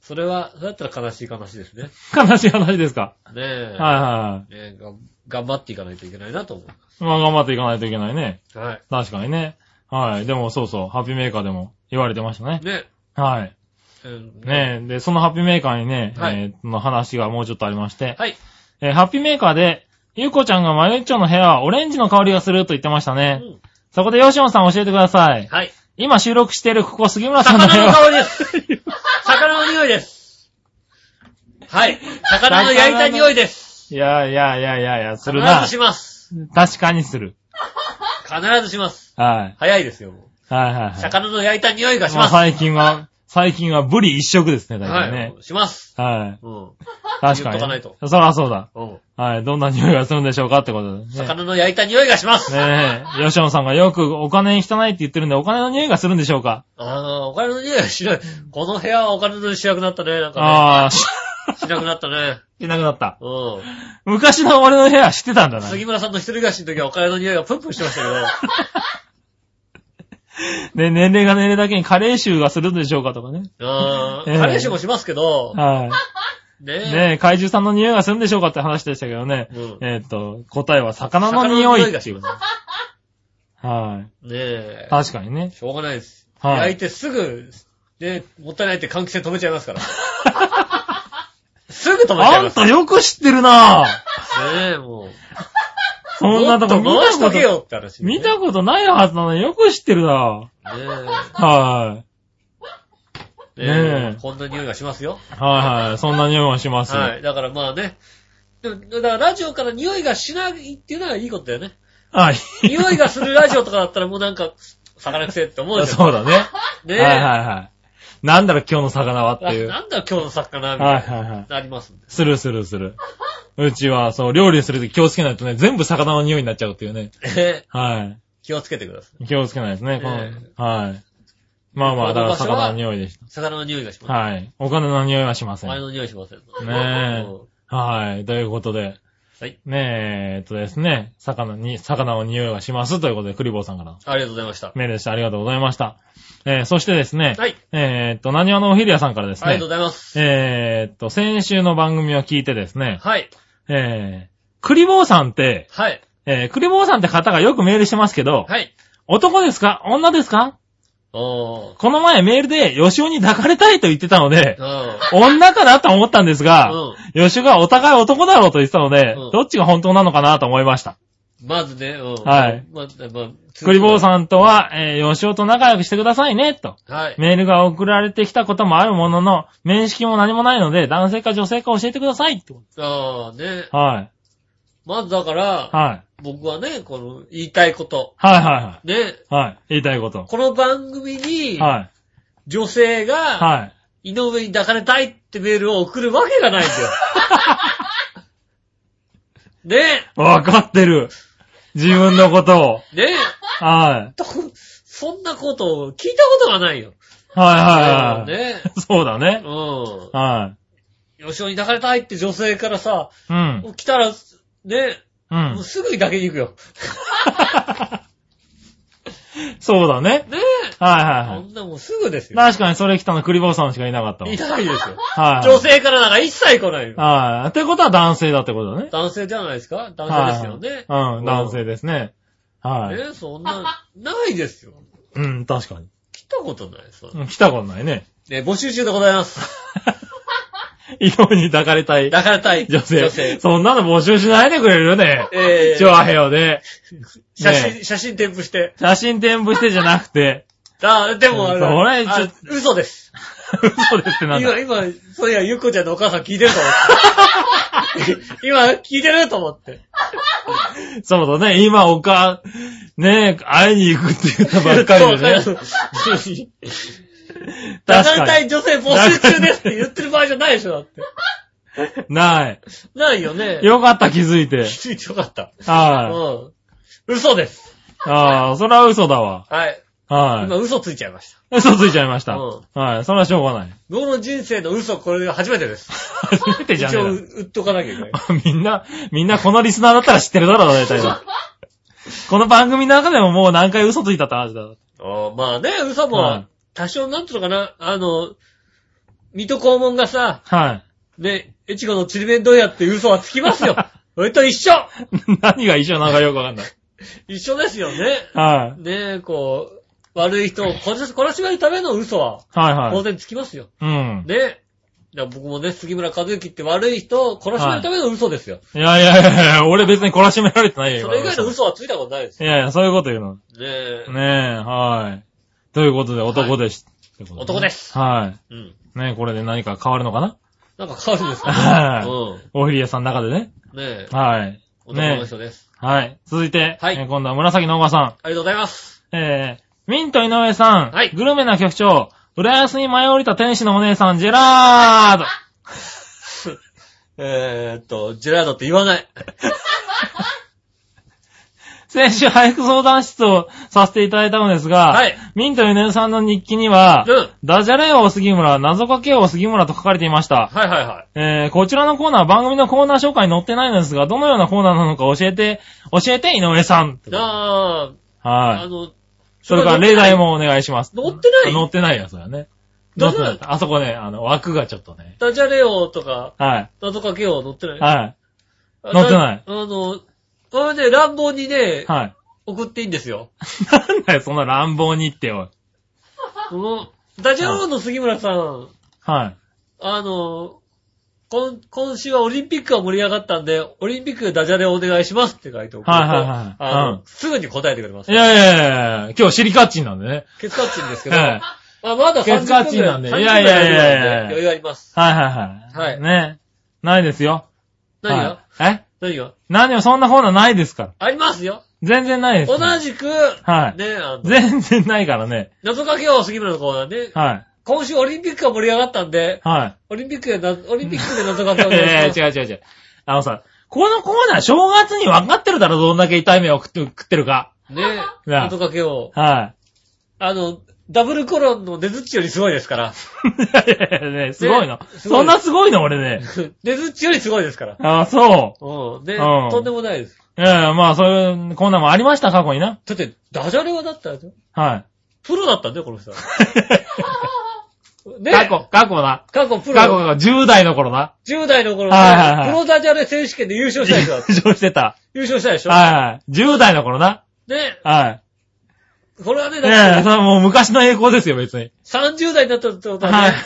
B: それは、そうやったら悲しい悲しいですね。
C: 悲しい話ですか。
B: ねえ。
C: はいはい。
B: ねえが頑張っていかないといけないなと思
C: まあ、頑張っていかないといけないね。
B: う。はい。
C: 確かにね。はい。でも、そうそう。ハッピーメーカーでも言われてましたね。
B: ね。
C: はい。
B: うん
C: ねえ、で、そのハッピーメーカーにね、
B: はい
C: えーの話がもうちょっとありまして、
B: はい。
C: えーハッピーメーカーで、ゆうこちゃんがマユッチョの部屋はオレンジの香りがすると言ってました
B: う
C: ね。
B: ん
C: そこでヨシオンさん教えてください。
B: はい。
C: 今収録しているここ杉村さんの部
B: 魚
C: 屋
B: の
C: は、
B: 香りです。 魚の匂いです。はい。魚の焼いた匂いです。
C: いやいやいやいやいや、す
B: 必
C: るな
B: ず。します。
C: 確かにする。
B: 必ずします。
C: はい。
B: 早いですよ。も
C: はいはいうはい。
B: 魚の焼いた匂いがし
C: まあ
B: ます。
C: 最近は、最近はブリ一色ですね、大体ね。
B: します。
C: はい。
B: うん。
C: 確
B: 言っとかな
C: か
B: い
C: に
B: と。
C: そらそうだ。
B: うん。
C: はい。どんな匂いがするんでしょうかってことですね。
B: 魚の焼いた匂いがします。
C: ねえ、吉野さんがよくお金汚いって言ってるんで、お金の匂いがするんでしょうか
B: ああー、お金の匂いがしない。この部屋はお金の匂いしなくなったね。なんか
C: ああ、し
B: ね。しなくなったね。
C: いなくなった。
B: うん。
C: 昔の俺の部屋知ってたんだな。
B: 杉村さんの一人暮らしの時はお金の匂いがプンプンしてましたけど。
C: ね、年齢が年齢だけに加齢臭がするんでしょうかとかね。
B: うん。
C: ええ
B: 彼氏もしますけど、
C: は
B: ね
C: い。ねえ、怪獣さんの匂いがするんでしょうかって話でしたけどね。
B: うん
C: えーっと、答えは魚の匂いっていう。
B: 魚の匂いが
C: は
B: ねえ
C: い。。確かにね。
B: しょうがないです。
C: はい
B: 焼いてすぐ、ね、もったいないって換気扇止めちゃいます から。すぐ止めちゃい
C: あ
B: ま
C: ん
B: すか
C: たよく知ってるなぁ。
B: ら。ねえ、もう。
C: そんなとこ見
B: もっ回しと
C: た
B: け
C: こと、
B: よって話、
C: 見たことないはずなのによく知ってるな
B: ね
C: ぁ。はい。
B: え。ね
C: ね
B: え
C: え。
B: こんな匂いがしますよ。
C: はいはい。そんな匂いはします。
B: はい。だからまあね。でも、だからラジオから匂いがしないっていうのはいいことだよね。
C: はい。
B: 匂いがするラジオとかだったらもうなんか、魚くせえって思うじゃん。
C: そうだね。
B: ねえ。
C: はいはいはい。なんだろ、今日の魚はって
B: あ
C: いう。は
B: なんだ今日の魚み
C: い
B: たいな。
C: はいはい。
B: なりますんで。
C: するするする。うちは、そう、料理するとき気をつけないとね、全部魚の匂いになっちゃうっていうね。
B: ええ
C: は
B: 気をつけてください。
C: い。気をつけないですね、この
B: え
C: はい。まあまあ、だから魚の匂いでし
B: 魚の匂いがします。
C: た。はい。お金の匂いはしませ
B: お前
C: ん。
B: の匂いしません。
C: ねえ
B: うん
C: はい。ということで。
B: はい。
C: ねえ、えっとですね、魚に、魚の匂いがしますということで、クリボーさんからの
B: ありがとうございました。
C: メールでした。ありがとうございました。えー、そしてですね、
B: はい。
C: えーっと、何話のおひりやさんからです
B: ありが
C: ね
B: とうご、ざいます。
C: えーっと、先週の番組を聞いてですね、
B: はい。
C: えー、クリボーさんって、
B: はい。
C: えー、クリボーさんって方がよくメールしてますけど、
B: はい。
C: 男ですか女ですか
B: おー。
C: この前メールで、吉尾に抱かれたいと言ってたので
B: う、ん。
C: 女かなと思ったんですが、
B: うん
C: 吉尾がお互い男だろうと言ってたので、
B: うん
C: どっちが本当なのかなと思いました。
B: まずね、うん。
C: はい
B: ま、ま、ま、
C: クリボーさんとは、えー、吉尾と仲良くしてくださいね、と。
B: ん。はい。
C: メールが送られてきたこともあるものの、面識も何もないので、男性か女性か教えてください、ってこ
B: あーね。
C: と。はい。
B: まずだから、
C: はい。
B: 僕はね、この、言いたいこと。
C: はいはいはい。
B: ね。
C: はい。言いたいこと。
B: この番組に、
C: はい。
B: 女性が、
C: はい。
B: 井上に抱かれたいってメールを送るわけがないん だよ。ね。
C: わかってる。自分のことを。
B: ね。
C: はい。
B: とそんなことを聞いたことがないよ。
C: はいはいはい。
B: ね。
C: そうだね。
B: う
C: は
B: ん。吉尾に抱かれたいって女性からさ、
C: い。うん。
B: 来たら、ね、
C: う。
B: もうんすぐに抱けに行くよ。
C: そうだ
B: ね
C: ね。はい
B: え。
C: はい
B: そ
C: はい。
B: んなもうすぐですよ。
C: 確かにそれ来たのクリボーさんしかいなかったわ。
B: いないですよ。
C: はい。
B: 女。性からなんか一切来ないよ。
C: はい。ってことは男性だってことだね。
B: 男性じゃないですか
C: は
B: 男
C: い
B: 性ですよね。
C: うん、男性ですね。はい。
B: ねそんな、ないですよ。
C: うん、確かに。
B: 来たことないです。
C: うん来たことないね。
B: ね募集中でございます。
C: 異様に抱かれたい
B: 抱かれたい。
C: 女性。そんなの募集しないでくれるね。
B: えー
C: チョアヘヨで。
B: 写
C: ね
B: 真、写真添付して。
C: 写真添付してじゃなくて、
B: あ、でもあれ、
C: うんそれ
B: あ
C: ちょっと
B: 嘘です。
C: 嘘ですってなん
B: 今、
C: だ。
B: 今、そういや、ゆっこちゃんのお母さん聞いてると思 って。今、聞いてると思って。
C: そうだね、今おか、ねえ、会いに行くって言った ばっかりで ね。
B: そう
C: 確
B: 抱かれた
C: か
B: い女性募集中ですって言ってる場合じゃないでしょ、だって。
C: に。ない。
B: ないよね。
C: よかった、気づいて。
B: 気づいてよかった。
C: はい。
B: うん。嘘です。
C: ああ、それは嘘だわ。
B: はい。今
C: は
B: 嘘ついちゃいました。
C: い。嘘ついちゃいました。
B: うん
C: はい。それはしょうがない。
B: 僕の人生の嘘、これが初めてです。
C: 初めてじゃ
B: 一応、
C: ね
B: 売っとかなきゃいけない
C: え。な。 みんな、みんなこのリスナーだったら知ってるだろうな、大体は。この番組の中でももう何回嘘ついたって話だ。
B: ああまあね、嘘
C: は
B: も
C: い、
B: 多少なんつうのかな、あの、水戸黄門がさ、
C: はい。
B: ね、越後のちりめんどうやって嘘はつきますよ。それと一緒
C: 何が一緒なのかよくわかんない。
B: 一緒ですよね。
C: は
B: ねえ、こう、悪い人を殺し殺しがいための嘘は、
C: い。はいは
B: 当
C: い。
B: 然つきますよ。
C: うん。
B: ねえ。だから僕もね、杉村和之って悪い人を殺しないための嘘ですよ。
C: いやいやいやいや、俺別に懲らしめられてないよ。
B: それ以外の嘘はついたことないです
C: い
B: よ。
C: やいや、そういうこと言うの。
B: ねえ。
C: ねえ、はい。ということで、男です。ってこと
B: 男です。
C: は
B: うん。
C: い。ねえ、これで何か変わるのかな
B: なんか変わるんですか
C: は
B: う
C: い。大入江さんの中でね。
B: ん。ねえ。
C: はい。
B: 男の人です。
C: はい。続いて、
B: はい
C: えー今度は紫のおばさ
B: ありがとうございます。
C: ん。えー、ミント井上さん。
B: はい
C: グルメな局長。浦安に舞い降りた天使のお姉さん、ジェラ ード。
B: えーっと、ジェラードって言わない。
C: 先週俳句相談室をさせていただいたのですが、
B: はい
C: ミント井上さんの日記には、
B: うん。
C: ダジャレ王杉村、謎かけ王杉村と書かれていました。
B: はいはいはい。
C: えーこちらのコーナーは番組のコーナー紹介に載ってないのですが、どのようなコーナーなのか教えて、教えて、井上さん。
B: なあ、あ
C: はい。
B: の、
C: それから例題。もお願いします。
B: 載ってない
C: 載ってないやつだよね。
B: どう
C: 載ってない。あそこね、あの、枠がちょっとね。
B: ダジャレ王とか、
C: は。
B: 謎かけ王載ってないい。
C: はい。
B: あ
C: 載ってない
B: あの、これね、乱暴にね、
C: はい。
B: 送っていいんですよ。
C: なんだよ、そんな乱暴に言ってよ。
B: この、ダジャレ王の杉村さん、
C: はい。
B: あの、今、今週はオリンピックが盛り上がったんで、オリンピックでダジャレお願いしますって書いておくと、
C: はいはいはい
B: あの
C: うん
B: すぐに答えてくれます
C: い。やいやいやいや今日シリカッチンなんでね。
B: ケツカッチンですけど、
C: はい。
B: まあ、まだ30分ぐらい
C: ケツカッチンなんで
B: 30分
C: いやいやいやいや
B: ぐらなんで余裕あります。
C: はいはいはい。
B: はい
C: ね。ないですよ。
B: 何が、
C: はいえ
B: 何が
C: 何もそんなコーナーないですから。
B: ありますよ。
C: 全然ないです
B: 同
C: よ。
B: じく、
C: はい
B: ね、あの、
C: 全然ないからね。
B: 謎かけを杉村のコーナーね、
C: はい。
B: 今週オリンピックが盛り上がったんで、
C: はい。
B: オリンピックでな、オリンピックで謎かけをお願いし
C: え
B: ます。
C: え違う違う違う。あのさ、このコーナー、正月に分かってるだろ、どんだけ痛い目を食って食ってるか。
B: ね、
C: なあ
B: 謎かけを。
C: は
B: あの、ダブルコロンの出ずっちよりすごいですから。
C: い。い やいやいやねすごいの
B: ね。すごい
C: そんなすごいの、俺ね。
B: 出ずっちよりすごいですから。
C: あそ
B: うん。で、
C: うん
B: とんでもないです。
C: う。いやいや、まあ、そういうコーナーもありました、過去にな。
B: だって、ダジャレはだったでしょ
C: はい。
B: プロだったんだよ、この人は。ね
C: 過去、過去な。
B: 過去プ
C: 過去
B: ロ。
C: が10代の頃な。
B: 10代の頃
C: はいはいは
B: ね、プ
C: い
B: ロダジャレ選手権で優勝した 人だった。
C: 優勝してた。
B: 優勝したでしょ
C: はいはい。10代の頃な。
B: ね、
C: は
B: これはね、
C: い。いやい
B: だ
C: や、
B: っ
C: そ
B: て
C: れはもう昔の栄光ですよ、別に。
B: 30代になったってことは
C: はい
B: ね、。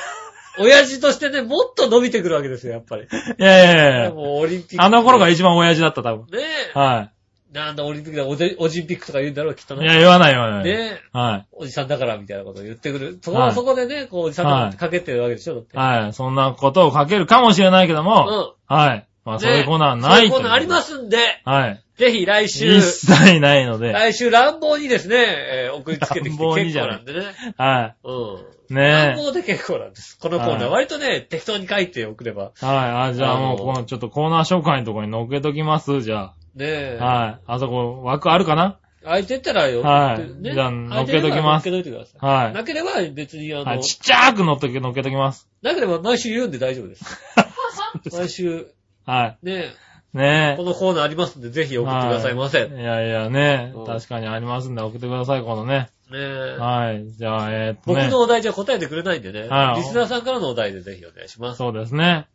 B: 親父としてね、もっと伸びてくるわけですよ、やっぱり。
C: いやいやいや。
B: もうオリンピック。
C: あの頃が
B: ね
C: 一番親父だった、多分。
B: え。
C: は
B: なんだオリンピックだ、オジオジンピックとか言うんだろう、きっと
C: い。いや、
B: ね。
C: 言わない言わない。
B: ね
C: は
B: おじさんだからみたいなことを言ってくる。そこ
C: は
B: はいそこでね、こう、おじさんだからってかけてるわけでしょ、だっ
C: い。
B: て。
C: はい。そんなことをかけるかもしれないけども、
B: うん。
C: はい。まあ、
B: ね
C: そういうコーナーはない。
B: そういうコーナーありますすんで、
C: はい。
B: ぜひ来週
C: 一、切ないので。
B: 来週乱暴にですね、えー送りつけてきて
C: 乱暴に
B: 結
C: じ
B: 構
C: ゃ
B: な
C: ない
B: んでね。
C: は
B: う
C: い。
B: ん。乱
C: ねえ。
B: 暴で結構なんです。このコーナー、
C: はい
B: 割とね、適当に書いて送れば。
C: はい。あ、じゃあもう、
B: あの
C: この、ちょっとコーナー紹介のところに乗っけときます、じゃ
B: ねえ
C: あ。。はい。あそこ、枠あるかな
B: 空いてたらよ。
C: はい
B: ね
C: じゃあ
B: 空いて
C: 乗っけときます
B: れば乗っけといてください。
C: はい
B: なければ別に、あの、
C: はい。ちっちゃーく乗っけ、乗っけときます。
B: なければ毎週言うんで大丈 夫です。毎週、
C: は
B: ね、
C: い。ね
B: このコーナーありますんで、ぜひ
C: え。
B: 送ってくださいませ。
C: は
B: ね
C: いいやいやね
B: うん、
C: 確かにありますんで送ってください、このね。
B: え
C: はい。じゃあ、えーっと
B: 僕
C: ね。
B: のお題じゃ答えてくれないんでね。リス
C: はい
B: ナーさんからのお題でぜひお願いします。
C: そうですね。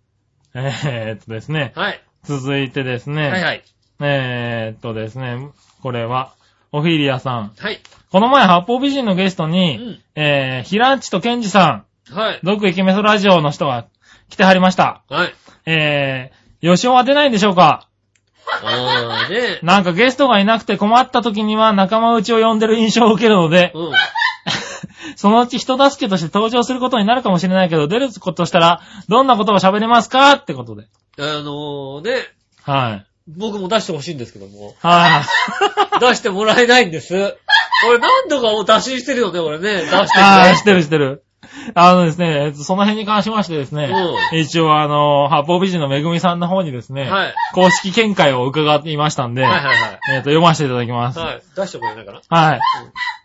C: えーっとですね。
B: はい。
C: 続いてですね。
B: はいはい。
C: えーっとですね。これは、オフィリアさん。
B: はい。
C: この前、八方美人のゲスト
B: う
C: に、
B: ん。
C: えー、ひらっちとけんじさ
B: はい
C: ん、。ドクイケメソラジオの人が来てはりました。
B: はい。
C: えー、よしおは出ないんでしょうか
B: あーね。
C: なんかゲストがいなくて困った時には仲間内を呼んでる印象を受けるので、
B: うん。
C: そのうち人助けとして登場することになるかもしれないけど、出ることしたら、どんなことを喋れますかってことで。
B: あのー、ね。
C: はい。
B: 僕も出してほしいんですけど も。
C: はい。
B: 出してもらえないんです。俺何度かもう打診してるよね、俺ね。出して
C: ああ、してるしてる。あのですね、えっとその辺に関しましてですね、一応あの、八方美人のめぐみさんの方にですね、
B: はい
C: 公式見解を伺っていましたんで、
B: はいはいはい。
C: えっ、と、読ませていただきます。はい。
B: はい。出してもらえないかな。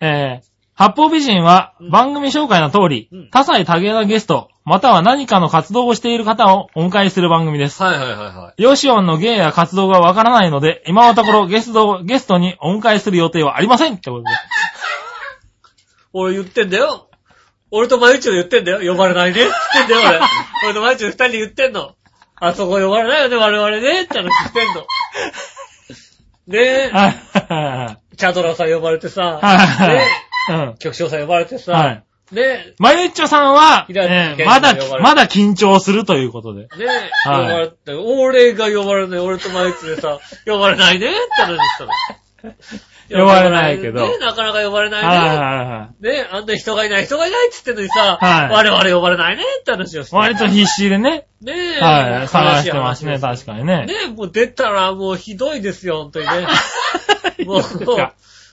C: えー、八方美人は番組紹介の通り、
B: うん
C: 多彩多芸なゲスト、または何かの活動をしている方をお迎えする番組です。
B: はいはいはいはい。
C: ヨシオンの芸や活動がわからないので、今のところゲスト、ゲストにお迎えする予定はありませんってことで。
B: 俺言ってんだよ。俺とマユッチョで言ってんだよ。呼ばれないね。って 言ってんだよ、俺。俺とマユッチョで二人で言ってんの。あそこ呼ばれないよね、我々ね。って話してんの。ねえ、
C: は
B: チャドラさん呼ばれてさ、
C: はい
B: ね
C: い。
B: え局長さん呼ばれて
C: うん。
B: さ、
C: はい。
B: ねえ、
C: まゆっちょさんは、
B: 平井
C: えー
B: 健
C: ま
B: が
C: だ
B: 呼ばれ、て
C: まだ緊張するということで。
B: ねえ、
C: はい
B: 呼ばれて、俺が呼ばれない、俺とマイクでさ、呼ばれないねって話したの。
C: 呼ばれないけど
B: ねえなかなか呼ばれ
C: は
B: ないね。
C: いはいはいはい。
B: ねえ、あんな人がいない、人がいないって言ってんのにさ、
C: はい
B: 我々呼ばれないねって話をして。
C: 割と必死でね、
B: ねえ、
C: はい、探
B: 悲
C: してます
B: 話
C: ね、
B: で
C: 確かにね。
B: ねえ、もう出たらもうひどいですよ、本 当にね。もう
C: そうですか、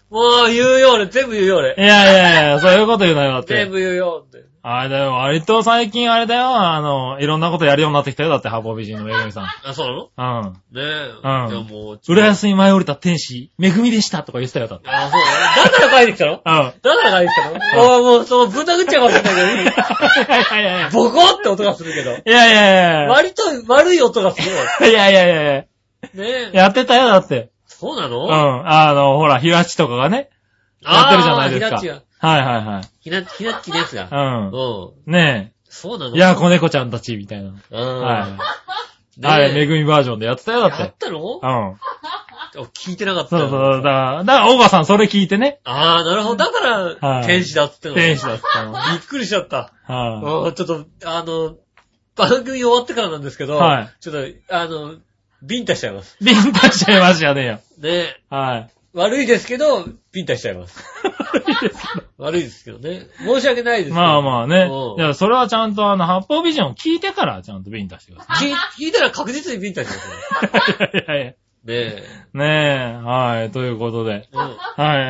B: もう言うよ、俺。全部言うよ、
C: い
B: 俺。
C: やいやいや、そういうこと言うなよ、だっ
B: 全
C: て。
B: 部言うよ、って。
C: あれだよ、割と最近あれだよ、あの、いろんなことやるようになってきたよ、だって、ハポ美人のめぐみさん。
B: あ、そうなの
C: うん。
B: ねえ。
C: う
B: じ
C: ん
B: ゃあもう、
C: 浦安に舞い降りた天使、めぐみでしたとか言ってたよ、だって。
B: あ、そうだね。だから帰ってきた の
C: うん。
B: だから帰ってきたのお前もう、そう、ぶん殴っちゃうかもしれないけ
C: いやいやいや
B: ど、ボコって音がするけど。
C: いやいやいや。
B: 割と悪い音がするよ。
C: いやいやいやい
B: ね
C: や。
B: え。
C: やってたよ、だって。
B: そうな
C: う
B: の
C: ん。あの、ほら、ひらちとかがね、や
B: あ
C: ってるじゃないです
B: ー
C: か。
B: ひなっち
C: はいはいはい。
B: が。ひな、ひなっちですが。
C: う
B: うん。
C: ん。ね
B: そうなの
C: え。いや、子猫ちゃんたち、みたいな。
B: うん。
C: はい。
B: ねえ
C: あれ、めぐみバージョンでやってたよ、だっ。
B: やってたの
C: うん。
B: あ聞いてなかった
C: そう
B: よ。
C: そうそう。だから、だから、オーバさんそれ聞いてね。
B: ああ、なるほど。だか
C: は
B: ら、
C: い
B: 天使だっつっての。
C: 天使だったの。
B: びっくりしちゃった。
C: は
B: うんちょっと、あの、番組終わってからなんですけど、
C: はい
B: ちょっと、あの、ビンタしちゃいます。
C: い。ビンタしちゃいましたよねえよ。
B: ね
C: はい。
B: 悪いですけど、ビンタしちゃい ます。悪いですけどね。申し訳ないですけど。
C: まあまあね
B: うん。
C: いや、それはちゃんとあの、八方ビジョンを聞いてから、ちゃんとビン タしてくださ
B: 聞聞いたら確実にビンタしますよ。
C: い。いやいやいや
B: ねえ。
C: ねえ、はい、ということで。
B: うん
C: は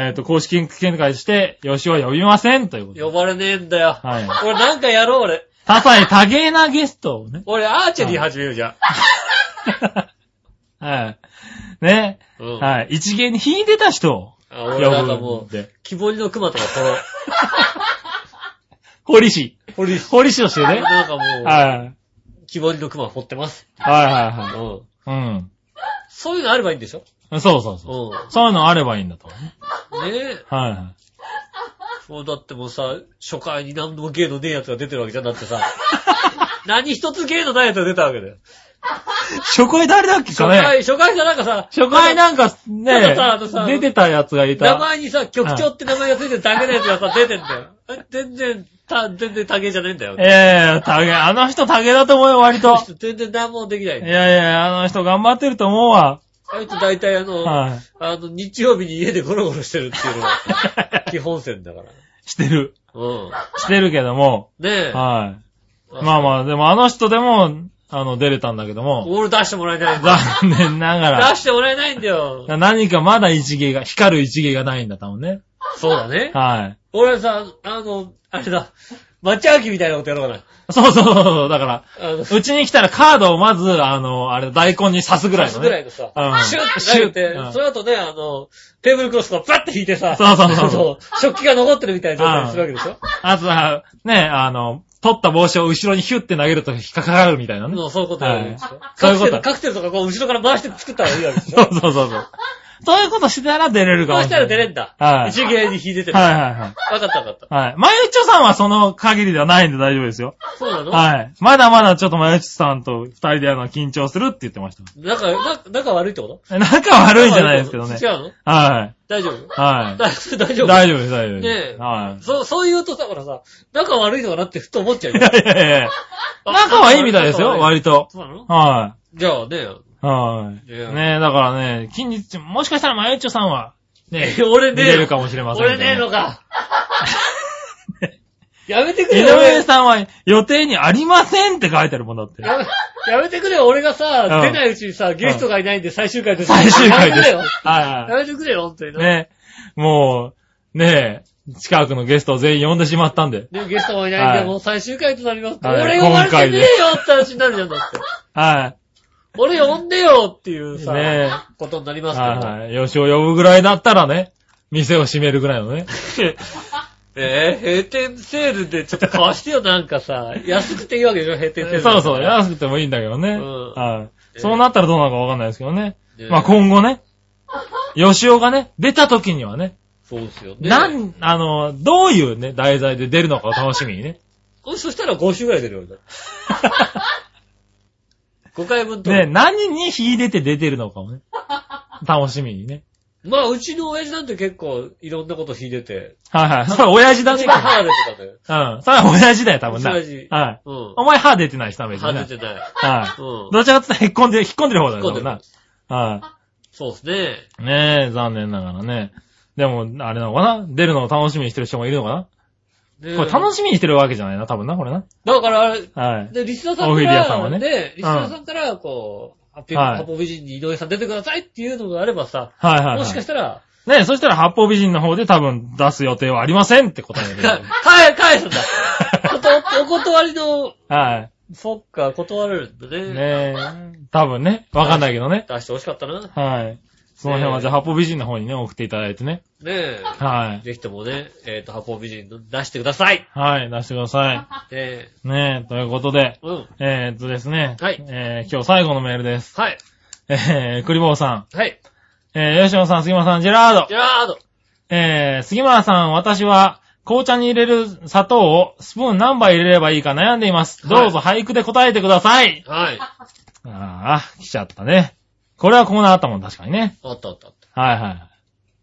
C: い、えっ、と、公式見解して、吉尾は呼びませんということで。
B: 呼ばれねえんだよ。
C: はい。
B: 俺なんかやろう、俺。
C: 多彩多芸なゲストをね。
B: 俺、アーチェリー始めようじゃ
C: はい。ね。
B: ん。うん。
C: はい。一芸に引いてた人を
B: あ
C: 呼
B: 俺なんかも
C: ぶ
B: う、
C: んで。
B: 木彫りの熊とか この、
C: 堀氏。
B: 掘り、
C: 堀氏としてね。
B: なんかもう、
C: はい。
B: 木彫りの熊掘ってます。
C: はい
B: うん
C: は。いはい。
B: そういうのあればいいんでしょ
C: うん。そうそうそう。
B: う
C: そういうのあればいいんだと。
B: ん。ねえ。
C: はいは
B: そうだってもうさ、初回に何でも芸のねえやつが出てるわけじゃなくて さ、何一つ芸のないやつが出たわけだよ。
C: い。初回誰だっけ
B: 初
C: かね
B: 回、初回さ、なんかさ、
C: 初回なんか
B: なん
C: ね
B: かさあのさ、
C: 出てたやつが
B: 名
C: いた。
B: 前にさ、局長って名前がついてるだけのやつがさ、出てんだよ。え全然、た、全然多芸じゃねえんだよ。
C: ええ多芸。あの人多芸だと思うよ、割と。
B: 全然何もできないい。
C: やいや、あの人頑張ってると思うわ。
B: あいつ大体あの、
C: はい。
B: あの、日曜日に家でゴロゴロしてるっていうのが、基本線だから。
C: してる。
B: うん。
C: してるけども。
B: ねえ。
C: はい。まあまあ、でもあの人でも、あの、出れたんだけども。
B: 俺出してもらえないんだ。
C: 残念ながら
B: 出。してもらえないんだよ。
C: 何かまだ一芸が、光る一芸がないんだ、多分ね。
B: そうだね。
C: は
B: 俺さ、あの、あれだ、マッチャーキみたいなことやろうか
C: い。そうそうそうそう、だから、
B: な。あの、
C: うちに来たらカードをまず、あの、あれ、大根に刺すぐらいの、ね。
B: ぐらいのさ、
C: うん
B: シュッて投げて
C: シュッうん、
B: その後ね、あの、テーブルクロスからバッて引いてさ、
C: そうそうそう
B: そう食器が残ってるみたいな状態にするわけでしょ
C: あとは、ね、あの、取った帽子を後ろにヒュッて投げると引っかかるみたいなね。
B: もうそういうことやるでしょ
C: はいそう
B: カ
C: い
B: ク
C: うこ
B: テ
C: と
B: ル、カクテルとかこう後ろから回して作ったらいいわけでし
C: そ
B: ょ
C: うそうそうそう。そういうことしたら出れるか
B: そう
C: も
B: し
C: したれ
B: ら
C: な
B: 出
C: い。
B: れんだ。
C: はい
B: 一芸に引いてて。
C: はいはいはい。
B: わかったわかった。
C: はい。まゆちょさんはその限りではないんで大丈夫ですよ。
B: そうなの
C: はい。まだまだちょっとまゆちょさんと二人でやるのは緊張するって言ってました。
B: 仲、な仲悪いってこと
C: 仲悪いんじゃないですけどね。
B: 違うの
C: はい。
B: 大丈夫
C: はい。
B: 大丈夫
C: 大丈夫です、大丈夫です。
B: ねえ
C: は
B: そう、そう言うとさ、ほらさ、仲悪いのかなってふと思っちゃうよ
C: い。い。やいやいや仲はいいみたいですよ、割と。
B: そうなの
C: は
B: じゃあね、
C: い。はい。
B: いや
C: ねえ、だからね、近日、もしかしたらまゆっちょさんは、ねえ、
B: 俺
C: 見
B: ねえ
C: れるかもしれませんけ
B: 俺
C: ど。
B: ねえのか。 やめてくれ
C: 井
B: よ、
C: 上
B: 俺。
C: さんは予定にありませんって書いてあるもんだって。
B: やめやめてくれよ、俺がさ、
C: うん
B: 出ないうちにさ、ゲストがいないんで最終回として。
C: 最終回です。
B: や
C: は
B: めて
C: い
B: くれよ。や
C: は
B: めてくれよ、本当に
C: い。
B: な。
C: ねえ、もう、ねえ、近くのゲストを全員呼んでしまったんで。
B: でもゲストもいないん
C: はい
B: で、もう最終回となりますって。
C: はい
B: 俺呼ばれてねえよって話になるじゃん、だって。
C: は
B: 俺呼んでよっていうさ
C: ねえ、
B: ことになり
C: い。
B: ますけど。
C: はいはい。吉を呼ぶぐらいだったらね、店を閉めるぐらいの ね。
B: えー、閉店セールでちょっと買わしてよ、なんかさ。 安くていいわけでしょ、閉店セール。
C: そうそう、。安くてもいいんだけどね。
B: うん
C: はい。
B: え
C: そうなったらどうなるかわかんないですけどね。
B: ね
C: まあ今後ね、吉尾がね、出た時にはね、
B: そうですよね。
C: なん、あの、どういうね、題材で出るのかを楽しみにね。
B: これそしたら5週ぐらい出るよ、俺。5回分と。
C: ね、何に秀でて出てるのかもね。楽しみにね。
B: まあ、うちの親父なんて結構いろんなこと弾いてて。
C: はいはい。それ親父だ ね
B: 一。番歯が出てたね。
C: うん。それは親父だよ、多分な。
B: 親父
C: はい。
B: うん。
C: お前歯出てないし、多分
B: 歯
C: ね
B: 出。てない。
C: は
B: う
C: い。
B: ん。
C: どちらかというと、へっこんで、引っ込んでる方だよ、
B: 引っ
C: 多
B: 込んで
C: 分
B: る
C: な。はい。
B: そうですね。
C: ねえ、残念ながらね。でも、あれなのかな出るのを楽しみにしてる人もいるのかな、
B: ね
C: これ楽しみにしてるわけじゃないな、多分な、これな。
B: だからあれ、
C: はい。
B: で、リスナーさん
C: オフ
B: か
C: ィリア
B: ら、
C: さんはね
B: で、リスナーさんから、こう、ハッピー
C: はい
B: ハポ美人に井上さん出てくださいっていうのがあればさ、
C: はいはい、はい。
B: もしかしたら、
C: ねえ、そしたら八方美人の方で多分出す予定はありませんって答える。
B: はい、 返すんだ。ことお断りの、
C: は
B: そっか、断れるんだ
C: い。
B: ね。
C: ねえ、多分ね。わかんないけどね。
B: 出してほしかったな。ね
C: はい。その辺はじゃあ八方美人の方にね、送っていただいてね。
B: え。
C: はい。
B: ぜひともね、えっ、と、ハポ美人の出してください。
C: はい、出してくださ
B: ねえ。
C: い。ねえ、ということで。
B: うん。
C: えー、っとですね。
B: はい
C: えー、今日最後のメールです。
B: はい。
C: えー、クリボーさ
B: はい。
C: ん。えー、吉野さん、杉村さん、ジェラード
B: ジ。ェラード。
C: えー、杉村さん、私は、紅茶に入れる砂糖をスプーン何杯入れればいいか悩んでいます。
B: はい
C: どうぞ俳句で答えてください。
B: はい。
C: ああ、来ちゃったね。これはコーナーあったもん、確かにね。
B: あったあったあっ
C: はいはい。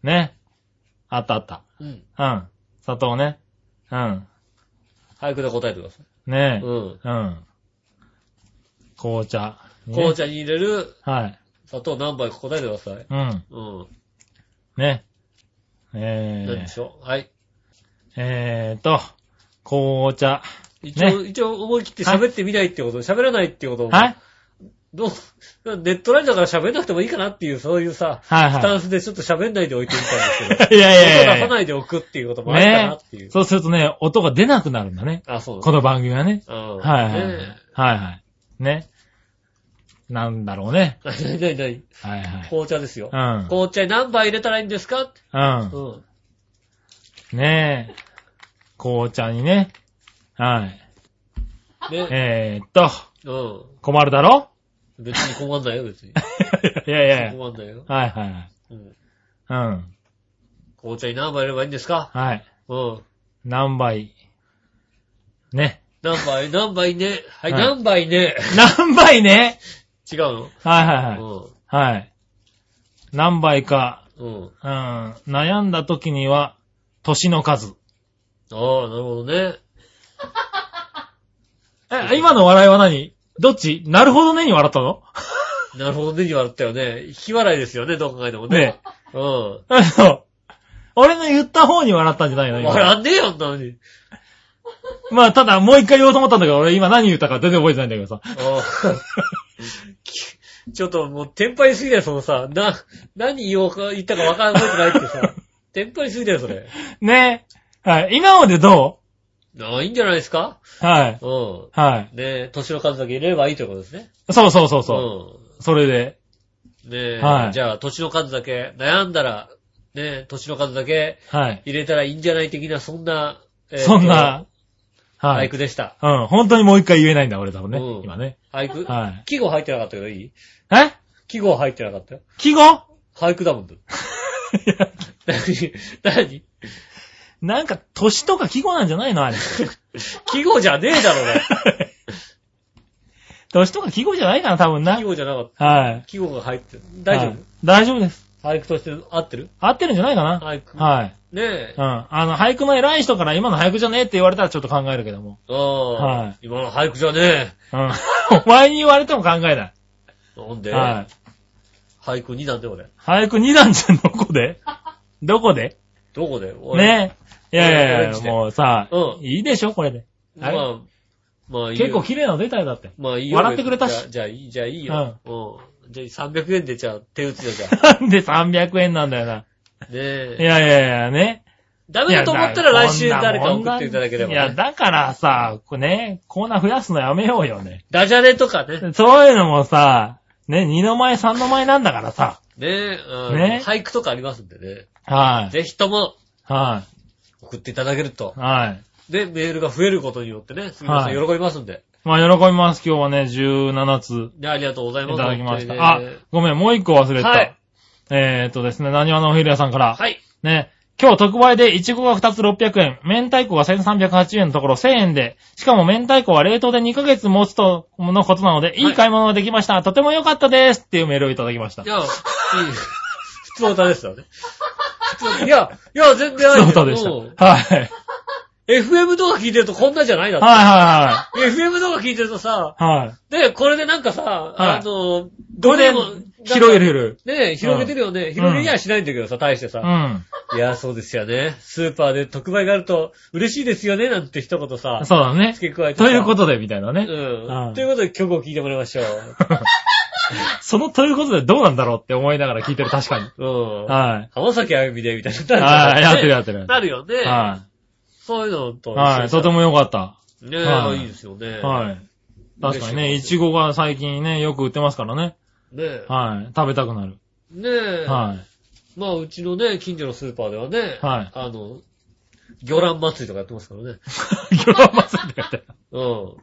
C: ね。あったあった。
B: た。うん。
C: うん。砂糖ね。うん。
B: 早くで答えてください。
C: ねえ。
B: うん。
C: うん。紅茶。ね
B: 紅。茶に入れる
C: はい。
B: 砂糖何杯か答えてください。
C: うん。
B: うん。
C: ね。え
B: 何で
C: ー、
B: しょうはい。
C: えーと、紅茶。
B: 一応、一応思い切って喋ってみないってこと、喋らないってことを
C: はい
B: どう、ネットラインだから喋んなくてもいいかなっていう、そういうさ、
C: はい
B: ス
C: は
B: タンスでちょっと喋んないでおいてみたんですけど、
C: い。いやい
B: 音を
C: やいやい
B: 出
C: や
B: さ。ないでおくっていうこともあるかな
C: ね
B: っていう。
C: そうするとね、音が出なくなるんだね。
B: あ、そう
C: この番組はね。
B: だ。うん。
C: はいはい。はい
B: ね
C: はい。ね。なんだろうね。
B: え何何何
C: はいはい。
B: 紅茶ですよ
C: う。ん。
B: 紅茶に何杯入れたらいいんですか
C: う
B: うん。
C: ん。ねえ。紅茶にね。はい。
B: ね。
C: えーっと、
B: うん。
C: 困るだろ
B: 別に困んないよ、別に。
C: いやいやいや。
B: 困んないよ。
C: はいはい。
B: うん。
C: うん。
B: 紅茶に何杯入れればいいんですか
C: はい。
B: うん。
C: 何倍。ね。
B: 何杯、何杯ね。はい、
C: はい
B: 何杯 ね。
C: 何倍ね
B: 違う
C: はいはいはい。
B: の
C: はい。何倍か、
B: うん。うん。
C: うん。悩んだ時には、年の数。
B: ああ、なるほどね。
C: え、今の笑いは何どっちなるほどねに笑ったの
B: なるほどね、に笑ったよね。引き笑いですよね、どう考えてもね。
C: ね
B: うん。
C: え。そう。俺の言った方に笑ったんじゃないの今。
B: 笑んねえよ、あんなのに。
C: まあ、ただ、もう一回言おうと思ったんだけど、俺今何言ったか全然覚えてないんだけどさ。
B: うんき ちょっともう、テンパりすぎだよ、そのさ、な、何言おうか、言ったか分からん覚えてないって さ。テンパりすぎだよ、それ。
C: ねえ。はい。今までど
B: ああ、いいんじゃないですか
C: うはい。
B: うん。
C: はい。
B: ねえ、年の数だけ入れればいいということですね。。
C: そうそうそうそうう。それで。
B: うん。ねえ、
C: はい
B: じゃあ、年の数だけ、悩んだら、ねえ、年の数だけ
C: はい。
B: 入れたらいいんじゃない的な、そんな、えーと
C: そんな、は
B: 俳
C: い
B: 句。でした。
C: うん。本当にもう一回言えないんだ、俺多分ね
B: うん。
C: 今ね。
B: 俳句、
C: はい
B: 季語入ってなかったけどいい
C: え
B: 季語入ってなかったよ。
C: 記号
B: 俳句だもんだ。
C: いや
B: 何 何
C: なんか、年とか記号なんじゃないのあれ。
B: 季語じゃねえだろ、ね。
C: 年とか記号じゃないかな、多分な
B: 季。語じゃなかった。
C: はい。
B: 季語が入ってる。大丈
C: はい大丈夫です。
B: 夫俳句として合ってる
C: 合ってるんじゃないかな。
B: 俳句。
C: はい。
B: ねえ
C: う。ん。あの、俳句の偉い人から今の俳句じゃねえって言われたらちょっと考えるけども。
B: ああ、
C: はい
B: 今の俳句じゃね
C: うん。お前に言われても考えない。
B: え。なんで、
C: はい。
B: 俳句2なんで俺。
C: 俳句2段じゃん、どこでどこで
B: どこで俺。
C: ねえ。いやいや
B: オレ
C: い
B: ン
C: や、
B: ジで
C: もうさ、
B: うん
C: いいでしょ、これで。
B: まあ、まあいいよ
C: 結構綺麗なの出たよ、だって。
B: まあいいよ。
C: 笑ってくれたし
B: じゃあじゃあいい、じゃあいいよ。うん。じゃあ300円でじゃあ手打つよ、じゃ
C: なんで300円なんだよな。
B: あ。ね
C: い
B: え。
C: やいやいや、ね。
B: ダメだと思ったら来週誰か送っていただければ、
C: いや、
B: ね。
C: だからさ、こうね、コーナー増やすのやめようよね。
B: ダジャレとかね。
C: そういうのもさ、ね、二の前三の前なんだからさ。
B: ねえ、うん
C: ね
B: 俳句とかありますんでね。
C: はい。
B: ぜひとも
C: は
B: 送っていただけると
C: い。。はい。
B: で、メールが増えることによってね、すみません、
C: は
B: 喜びますんで。
C: まあ、喜びます。今日はね、17つ
B: ね、ありがとうござい
C: い
B: ます。
C: ただきました。
B: 本
C: あ
B: 当にね、
C: ごめん、もう一個忘れてた。
B: はい
C: えーっとですね、何話のおひるやさんから。
B: はい。
C: ね、今日特売でイチゴが2つ600円、明太子が1380円のところ1000円で、しかも明太子は冷凍で2ヶ月持つと、のことなので、いい買い物ができました。とても良かったですっていうメールをいただきました
B: じ。ゃあ、いい。つおたですよね。いや、いや、全然あ
C: そう
B: り
C: いうことでした。はい。
B: FM とか聞いてるとこんなんじゃないだって。
C: は
B: FM とか聞いてるとさ、
C: いはいはい。はい。
B: で、これでなんかさ、
C: は
B: あ
C: い
B: の、ど
C: これで広げ
B: る。
C: れる。
B: ね広げてるよね。広げりゃしないんだけどさ、大して
C: う
B: さ。
C: ん。
B: いや、そうですよね。スーパーで特売があると嬉しいですよね、なんて一言さ、
C: そうだね。
B: 付け加えてさ。
C: ということで、みたいな
B: う
C: ね。うんん。
B: ということで曲を聴いてもらいましょ
C: そのということでどうなんだろうって思いながら聞いてる、確かに。
B: う。うん。
C: はい。
B: 浜崎あゆみで、みたいになるから
C: はい、
B: ね
C: やってるやって る。
B: なるよね。
C: は
B: そういうのと一緒
C: い。
B: にさ。
C: はい、とても良かった。
B: ね
C: はい
B: いいですよね。
C: はい。確かにね、
B: 嬉
C: い
B: しい
C: ちごが最近ね、よく売ってますからね。
B: ねえ。
C: はい。食べたくなる。
B: ねえ。
C: はい。
B: まあ、うちのね、近所のスーパーではね、
C: はい
B: あの、魚卵祭りとかやってますからね。
C: 魚卵祭りってやってる。
B: うん。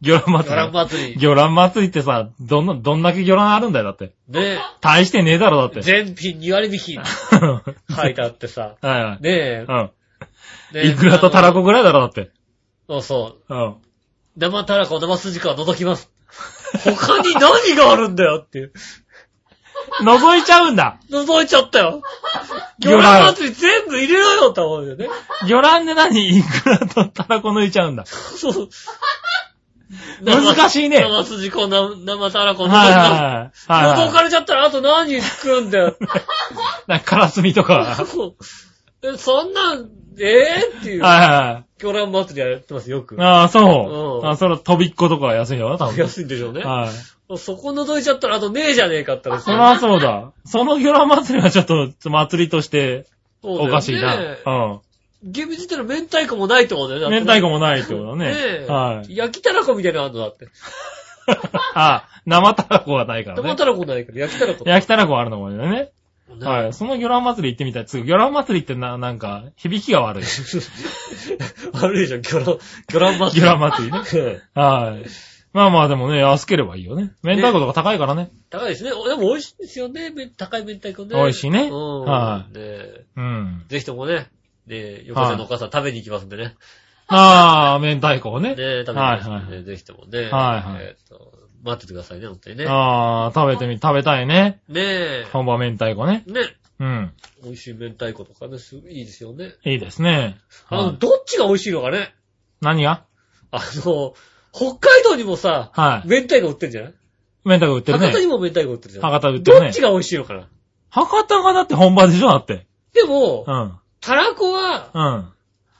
C: 魚卵
B: 魚卵
C: 祭
B: 祭
C: り。
B: り。
C: 魚卵祭りってさ、どんな、どんだけ魚卵あるんだよ、だって。
B: ね
C: 大してねえだろ、だっ
B: え。
C: て。
B: 全品2割引き書いてあってさ。
C: はいはい。
B: ね
C: う
B: え。
C: ん。いくらとたらこぐらいだろ、だって。
B: あのそうそう。
C: うん。
B: 生たらこ、生筋かを覗きます。他に何があるんだよっていう。
C: 覗いちゃうんだ
B: 覗いちゃったよ。魚
C: 魚卵
B: 卵祭り全部入れろよって思うよね。
C: 魚卵で何いくらとたらこ抜いちゃうんだ。
B: そう。
C: 難しいね
B: 生筋か生生たらこ、
C: は
B: 覗
C: い
B: きます。
C: はいはい。は
B: 覗
C: いは
B: かれちゃったらあと何食うんだよ。
C: い。なんかカラスミとか。はい
B: え そんなん、えぇ、っていう。
C: はいはい。
B: 魚卵祭りやってます、よく。
C: ああ、そう
B: ん
C: う。あそれ飛びっことかは安いよな、多分。
B: 安いんでしょうね。
C: はい。
B: そこ覗いちゃったら、あとねえじゃねえかったら
C: そりゃそうだ。その魚卵祭りはちょっと祭りとして
B: そうだよ
C: お
B: ね
C: かしいな。うん。
B: 厳密に言ったら明太子もないってことだよね。
C: 明太
B: 子
C: 子もないってことだね。
B: ねえ。
C: はい。
B: 焼きたらこみたいなのあるのだって。
C: あ、生たらこはないから
B: 生
C: ね。
B: たらこないから、焼きたらこ。
C: 焼きたらこはあるのもね。
B: ね
C: はい。その魚卵祭り行ってみたい。つ魚卵祭りってな、なんか、響きが悪い。
B: 悪いじゃん、魚卵、魚卵祭り。
C: 魚卵祭りね。
B: うん
C: はい。まあまあでもね、安ければいいよね。明太子とか高いからね。
B: 高いですね。でも美味しいですよね。め高い明太子ね。
C: 美味しいね
B: うん。
C: はい
B: ねえ
C: うん。
B: ぜひともね、ね、横瀬のお母さん食べに行きますんでね。
C: ああ、明太子をね。
B: ね、食べに行きますん
C: はい
B: でね、ぜひともね。
C: はいはい
B: えっと、待っててくださいね、本当にね。
C: ああ、食べてみ、食べたいね。
B: ねえ。
C: 本場明太子ね。
B: ね、
C: うん。
B: 美味しい明太子とかね、すいいですよね。
C: いいですね。
B: あ
C: は
B: の、
C: い
B: どっちが美味しいのかね。
C: 何が
B: あの、北海道にもさ、
C: はい。
B: 明太子売ってんじゃない
C: 明太子売ってる
B: 博多に
C: ね。
B: も明太子売ってるじゃん。
C: 博多売ってる
B: ど
C: ね
B: っち。が美味しいのかな。
C: 博多がだって本場でしょだって。
B: でも
C: う、ん。
B: たらこは、
C: うん。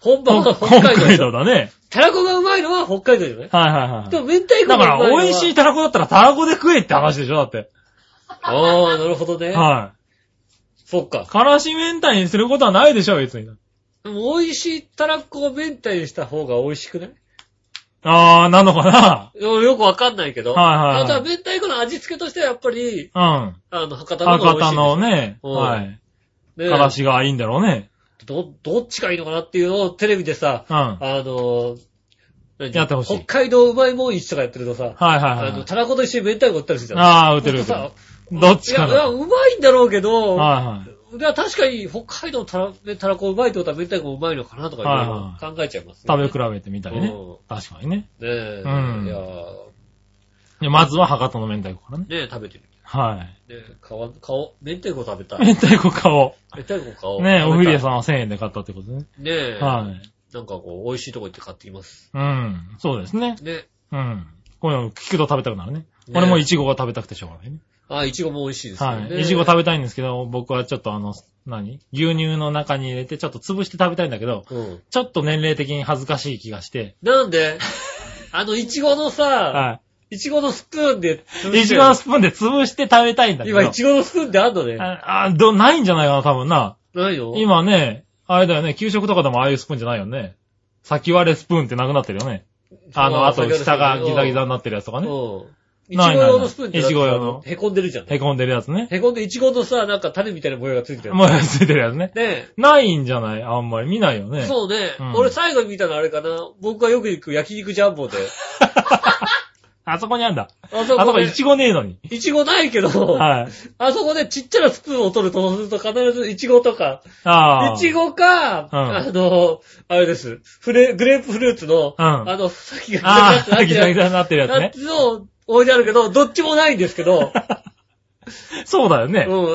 B: 本場は
C: 北
B: 北海道
C: 海
B: じゃん。
C: 道だね。
B: たらこがうまいのは北海道じゃない
C: はいはいはい。
B: でも明太子
C: だ
B: がう
C: か
B: まいのは。
C: ら、美味しい。たらこだったらたらこで食えって話でしょだって。
B: ああ、なるほどね。
C: は
B: そっか
C: い。。からし明太にすることはないでしょ別に。
B: でも美味しいたらこを明太にした方が美味しくない
C: ああ、なのか
B: でもよくわかんないけど。
C: はいはいはい
B: ただ、明太子の味付けとしてはやっぱり、
C: な
B: あの、博
C: う
B: 多
C: ん。
B: の方
C: 博
B: が
C: 多
B: 美味
C: のね、
B: うん
C: はい。
B: しいでしょ。
C: からしがいいんだろうね。
B: ど、どっちがいいのかなっていうのをテレビでさ、
C: うん。はい
B: あのー、何
C: やってほしい
B: 北海道うまいもん市とかやってるとさ、
C: はいは
B: あの、
C: い。
B: たらこと一緒に明太子売ったりするじゃん。
C: ああ、打て
B: ほ
C: る打
B: ん
C: て
B: と
C: る
B: さ。
C: どっちか
B: いや、
C: だ。
B: いや
C: はいう
B: まいんだろうけど、
C: はい。
B: いや確かに北海道のたら、ねたらこうまいってことは明太子もうまいのかなとかい
C: はい
B: ろ
C: はい
B: いろ考えちゃいます、
C: 食べ比べてみたりね
B: うん。
C: 確かにね。
B: べねえ、
C: うん
B: いや
C: いやまずは博多の明太子からね。
B: ーねえ、食べてみ
C: はい。
B: て。ねえ、顔、顔、明太子食べたい。
C: 明太子買お
B: 明太子顔。
C: う。ねえ、お
B: 食
C: ふ
B: べ
C: り
B: たい
C: えさんは1000円で買ったってことね。
B: ねえ。
C: はい。
B: なんかこう、美味しいとこ行って買ってきます。
C: うん。そうですね。
B: ね。
C: うん。こういうの聞くと食べたくなるね。
B: ね
C: 俺もイチゴが食べたくてしょうがないね。
B: あ、いちごも美味しいですよ
C: は
B: ね。
C: い。イチゴ食べたいんですけど、僕はちょっとあの、何牛乳の中に入れてちょっと潰して食べたいんだけど、
B: うん。
C: ちょっと年齢的に恥ずかしい気がして。
B: なん で、あの、いちごのさ、
C: はい
B: ちごのスプーンで潰
C: い。
B: し
C: イ
B: て
C: チ
B: る
C: ゴのスプーンで潰して食べたいんだけど。
B: 今、いちごのスプーンってあんのね。
C: ああ、ど、ないんじゃないかな、多分な。
B: ないよ。
C: 今ね、あれだよね、給食とかでもああいうスプーンじゃないよね。先割れスプーンってなくなってるよね。あの、あと下がギザギザになってるやつとか
B: うん。
C: ね。
B: いちご用のスプーンって
C: ないないないいちご用の
B: へこんでるじゃん。
C: へこんでるやつね。
B: へこんで、いちごのさ、なんか種みたいな模様がついてる。
C: もうついてるやつね。
B: ね
C: ないんじゃないあんまり見ないよね。
B: そうね
C: うん。
B: 俺最後に見たのあれかな。僕がよく行く焼肉ジャンボ で。
C: あそこにあんだ。
B: あそ
C: あそ
B: こ
C: こ
B: で
C: いちごねえのに。
B: いちごないけど、
C: はい。
B: あそこでちっちゃなスプーンを取ると、そうすると必ずいちごとか、
C: ああ。
B: いちごか、
C: うん
B: あの、あれです。フレ、グレープフルーツの、
C: うん
B: あの、さっきが
C: ああ、ギ
B: ギ
C: ザ
B: ザ
C: ギ
B: ギ
C: ザ
B: ザ
C: になってるやつ
B: や
C: ね。
B: つ を置いてあるけど、どっちもないんですけど、
C: そうだよね。
B: うん。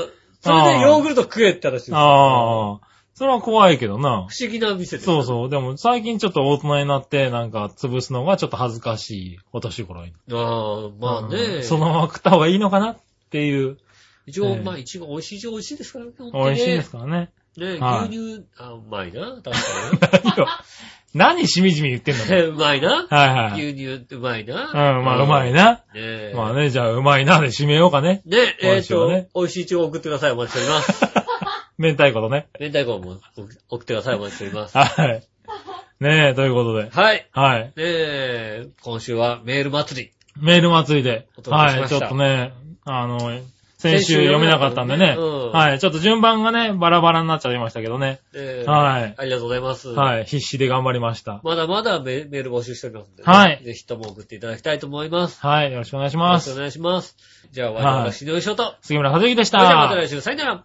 B: それでヨーグルト食えって話ですよ。
C: ああ。それは怖いけどな。
B: 不思議な店です。
C: そうそう。でも最近ちょっと大人になって、なんか潰すのがちょっと恥ずかしいお年頃に。
B: う。ああ、まあ
C: う
B: ね。
C: んそのまま食った方がいいのかなっていう。
B: 一応、
C: ええ
B: まあ一番美味しい一応美味しいですからね、本当にね
C: 美味しいですからね。
B: ね、
C: はい
B: 牛乳、あ、うまいな、確か
C: 何 を、何しみじみ言ってんの
B: に ね。うまいな。
C: はいはい。
B: 牛乳ってうまいな。
C: うん、まあ、うまい
B: ね。
C: な。
B: ねえ。
C: まあね、じゃあ、うまいなで締めようかね。
B: ね、え
C: 今
B: っ
C: 週は
B: と
C: ね、
B: 美味しいイチゴ送ってください。お待ちしております。
C: 明太子とね。
B: 明太子も送ってください。お待ちしております。
C: はい。ねえ、ということで。
B: はい。
C: はい。
B: ねえ、今週はメール祭り。
C: メール祭りで
B: お。届けし
C: は
B: ま
C: い、
B: し
C: ちょ
B: た
C: っとね、あの、先週読めなかったんでね。
B: うん
C: はい、ちょっと順番がね、バラバラになっちゃいましたけどね。
B: えー
C: はい
B: ありがとうございます。
C: はい、必死で頑張りました。
B: まだまだメメール募集しておりますので、
C: はい
B: ぜひとも送っていただきたいと思います。
C: はい、よろしくお願いし
B: よろ
C: ま
B: しくお
C: す。
B: 願いします。じゃあ、
C: はい
B: 私の衣装と、
C: 杉村和樹でし
B: それではま
C: た
B: た。来週、さよなら